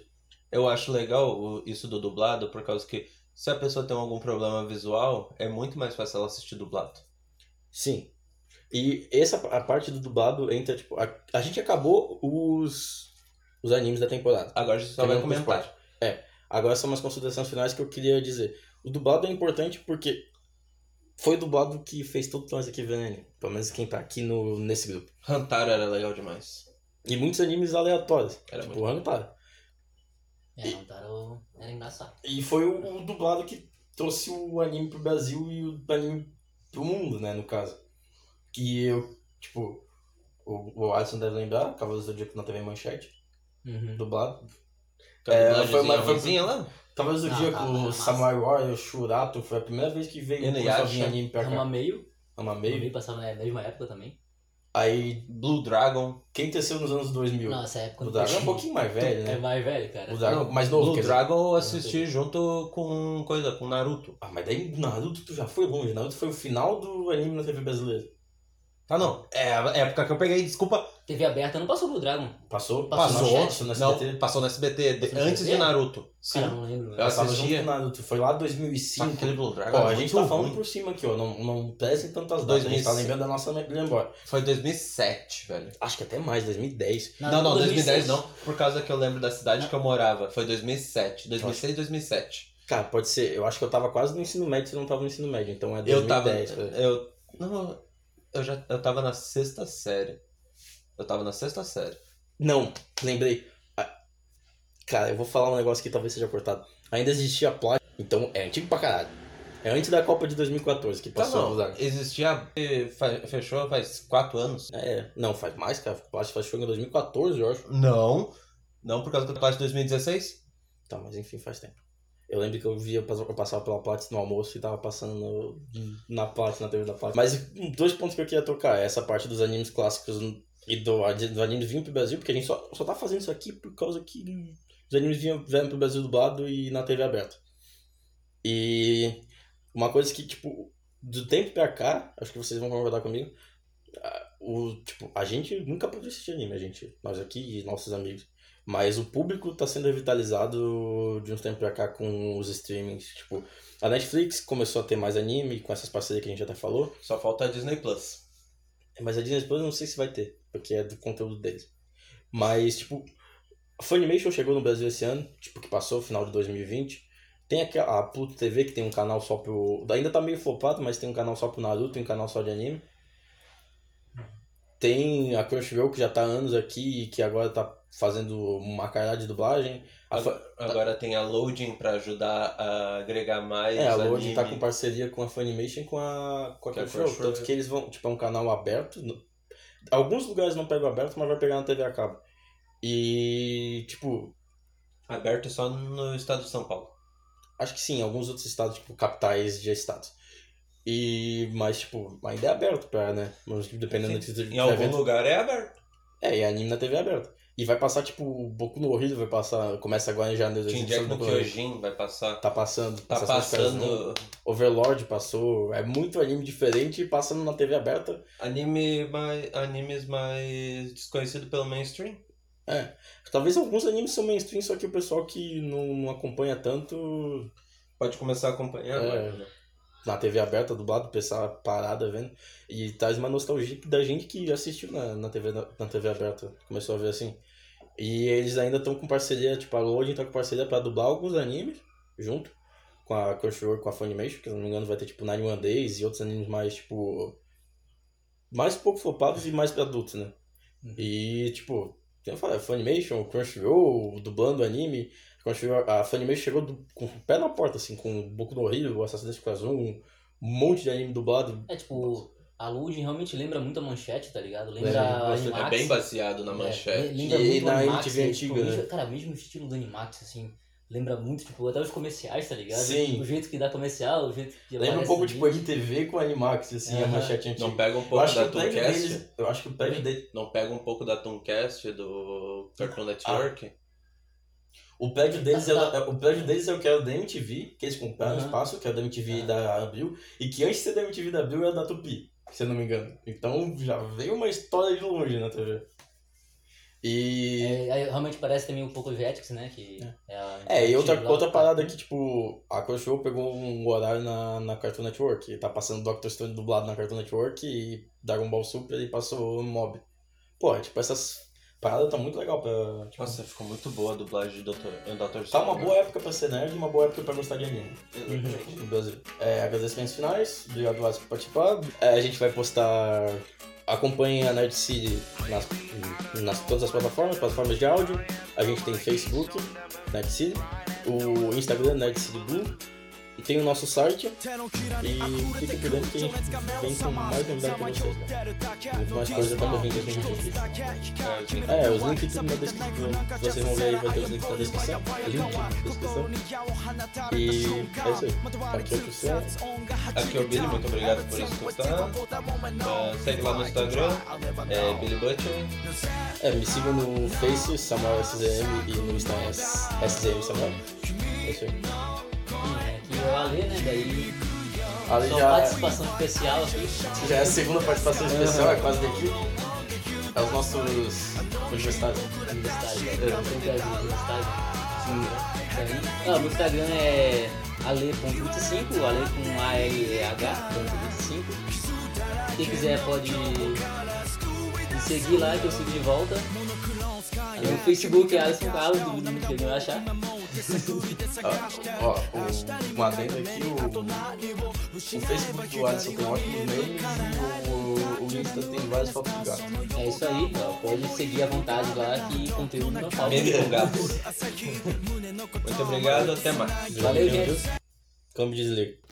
Eu acho legal o- isso do dublado, por causa que se a pessoa tem algum problema visual, é muito mais fácil ela assistir dublado. Sim. E essa a parte do dublado entra, tipo. A, a gente acabou os, os animes da temporada. Agora a gente só vai Terminamos com comentar. Agora são umas considerações finais que eu queria dizer. O dublado é importante porque foi o dublado que fez todo nós aqui vendo anime. Pelo menos quem tá aqui no, nesse grupo. Hantaro era legal demais. E muitos animes aleatórios. Era tipo, muito o Hantaro. É, não, Taro era engraçado. E foi o, o dublado que trouxe o anime pro Brasil e o anime pro mundo, né, no caso. Que eu, tipo, o, o Alisson deve lembrar, Cavaleiros do Zodíaco na TV Manchete, Uhum. Uhum. dublado. Aquela É, dublagenzinha foi uma- foi- ruinzinha lá? Talvez o Ah, dia tá, que era o massa. Samurai Warrior, Shurato, foi a primeira vez que veio Inuyasha. começou a vir anime pra Rama cá. meio. Rama Amamei. meio passava na mesma época também. Aí, Blue Dragon. quem cresceu nos anos 2000? Não, essa época o não Dragon é um tinha. pouquinho mais velho, É né? mais velho, cara. O Dragon Não, mais novo, Blue quer dizer. é, Dragon eu Não assisti junto com coisa, com Naruto. Ah, mas daí Naruto tu já foi longe. Naruto foi o final do anime na TV brasileira. Ah não, é a época que eu peguei, desculpa. TV aberta não passou pro Dragon. Passou? Passou na no manchete, no não, SBT. passou no SBT, de- Passou no antes de SBT? Naruto. Sim. Cara, eu não lembro. né? Eu velho. Passava assistia. junto com Naruto. Foi lá Sabe 2005. aquele Blue Dragon? Ó, é a gente muito tá falando ruim. por cima aqui, ó. Não, não prestem tantas datas. A gente tá 2005. lembrando da nossa memória. Foi 2007, velho. Acho que até mais, 2010. Não, não, 2010 2006. não, por causa que eu lembro da cidade que eu morava. Foi 2007, 2006, 2007. Cara, pode ser. Eu acho que eu tava quase no ensino médio, você não tava no ensino médio. Então é Eu tava. 2010. né? Eu. Não, eu já. Eu tava na sexta série. Eu tava na sexta série. Não, lembrei. Ah, Cara, eu vou falar um negócio que talvez seja cortado. Ainda existia plágio, então é antigo pra caralho. É antes da Copa de 2014 que Tá, passou a não. usar. Existia. eh, fa- Fechou faz quatro anos. É, não, faz mais, cara. O plágio faz show em 2014, eu acho. Não. Não por causa do Plat de 2016? Tá, mas enfim, faz tempo. Eu lembro que eu via, eu passava pela Platts no almoço e tava passando no- na Platts, na TV da Platts. Mas hum, dois pontos que eu queria tocar. é Essa parte dos animes clássicos e do, do anime vindo pro Brasil, porque a gente só, só tá fazendo isso aqui por causa que os animes vinham, vieram pro Brasil dublado e na TV aberta. E uma coisa que, tipo, do tempo pra cá, acho que vocês vão concordar comigo, ah, o, tipo, a gente nunca pôde assistir anime, a gente, nós aqui e nossos amigos. Mas o público tá sendo revitalizado de uns tempos pra cá com os streamings. Tipo, a Netflix começou a ter mais anime com essas parcerias que a gente até falou. Só falta a Disney Plus. Mas a Disney Plus eu não sei se vai ter, porque é do conteúdo deles. Mas, tipo, a Funimation chegou no Brasil esse ano, tipo, que passou, final de 2020. Tem aquela, a Pluto TV, que tem um canal só pro... Ainda tá meio flopado, mas tem um canal só pro Naruto e um canal só de anime. Tem a Crunchyroll, que já tá há anos aqui e que agora tá fazendo uma caralho de dublagem. A Fu- Agora tem a Loading pra ajudar a agregar mais. É, a Load anime. tá com parceria com a Funimation e com a, com a Que é a Crunchyroll. Crunchyroll, Tanto é. que eles vão. Tipo, é um canal aberto. no- Alguns lugares não pegam aberto, mas vai pegar na TV a cabo. E, tipo, Aberto só no estado de São Paulo. Acho que sim, alguns outros estados, tipo, capitais de estados. E, mas, tipo, ainda é aberto pra, né? Mas, tipo, dependendo Sim, do que Em algum lugar é aberto. É, e anime na TV aberta. E vai passar, tipo, Boku no Horrível vai passar, começa agora em janeiro. Tim exibição Jack do no Boku no Hero. Kyojin vai passar. Tá passando. Tá Assassins Creed passando Overlord passou, é muito anime diferente e passando na TV aberta. anime mais, animes mais desconhecidos pelo mainstream. Talvez alguns animes são mainstream, só que o pessoal que não, não acompanha tanto Pode começar a acompanhar É. agora, né? na TV aberta, dublado, o pessoal parada vendo. E traz uma nostalgia da gente que assistiu na, na, TV, na, na TV aberta, começou a ver assim. E eles ainda estão com parceria, tipo, a Loading tá com parceria pra dublar alguns animes, junto com a Crunchyroll, com a Funimation, que se não me engano vai ter, tipo, Nine One Days e outros animes mais, tipo, mais pouco flopados e mais pra adultos, né? E, tipo, tem que falar, Funimation, Crunchyroll, dublando anime. Crunchyroll- A Funimation chegou do- com o pé na porta, assim, com o Boku no Hero, Assassin's Creed Azul, um monte de anime dublado. É tipo, a Lud realmente lembra muito a manchete, tá ligado? Lembra, Lembra a Você Animax. é bem baseado na É, manchete. lembra E muito na o Animax, MTV né? Tipo, antiga, mesmo- Cara, mesmo o estilo do Animax, assim, lembra muito, tipo, até os comerciais, tá ligado? Sim. O jeito que dá comercial, o jeito que Lembra um aparece pouco, no tipo, RTV com Animax, assim, a Aham. manchete antiga. Não pega um eu pouco acho que da o prédio Tooncast. deles. Eu acho que o prédio deles. Não pega um pouco da Tooncast, do Cartoon Network. O prédio deles, é, Ah, tá. o- o prédio deles é o que era da MTV, que eles compraram o Aham. espaço, que é o da MTV Ah. da Abril, e que antes de ser da MTV da Abril era da Tupi, se eu não me engano. Então já veio uma história de longe na TV. E. É, aí realmente parece também um pouco os Jetix, né? Que é, a- É, e outra, lá do outra parada Cartoon. que, tipo, a Crunchyroll pegou um horário na, na Cartoon Network. E tá passando Doctor Stone dublado na Cartoon Network e Dragon Ball Super e passou Mob. Pô, tipo, essas paradas tá muito legal pra. tipo, Nossa, ficou muito boa a dublagem do Dr. Dr. tá uma boa época pra ser nerd e uma boa época pra gostar de anime. Exatamente. no Brasil. É, agradecimentos finais, obrigado Vasco por participar. É, a gente vai postar. Acompanhe a Nerd City nas, nas todas as plataformas, plataformas de áudio. A gente tem Facebook, Nerd City, o Instagram, Nerd City Blue. E tem o nosso site. E fiquem por dentro que a gente vem com mais novidade pra vocês. Né? Muito mais coisa pra gente aqui no YouTube. É, gente. É, os links tudo na descrição. Vocês vão ver aí, vai ter os links na descrição. Link na descrição. E é isso aí. Aqui é o Cristiano. Aqui é o Billy, muito obrigado por escutar. Ah, segue lá no Instagram, é Billy Butcher. É, me sigam no Face, Samuel SZM e no Instagram SZM Samuel. É isso aí. É, que é o Ale, né? Daí, Ali sua já, é. participação especial assim. aqui. já é a segunda participação especial, é quase daqui. É os nossos universitários. Estágio, sempre ajuda, estágio. Ah, meu Instagram é ale.25, ale com A-L-E-H, ponto 25. Quem quiser pode me seguir lá que eu sigo de volta. Aí no Facebook é Alisson Carlos, duvido muito que ele vai achar. Ó, ó, o, um adendo aqui, o, o Facebook do Alisson tem ótimos meios e o, o Insta tem várias fotos de gato. É isso aí, ó, pode seguir à vontade lá que conteúdo não falta. Meme com gatos. Muito obrigado, até mais. Valeu, gente. Câmbio desliga.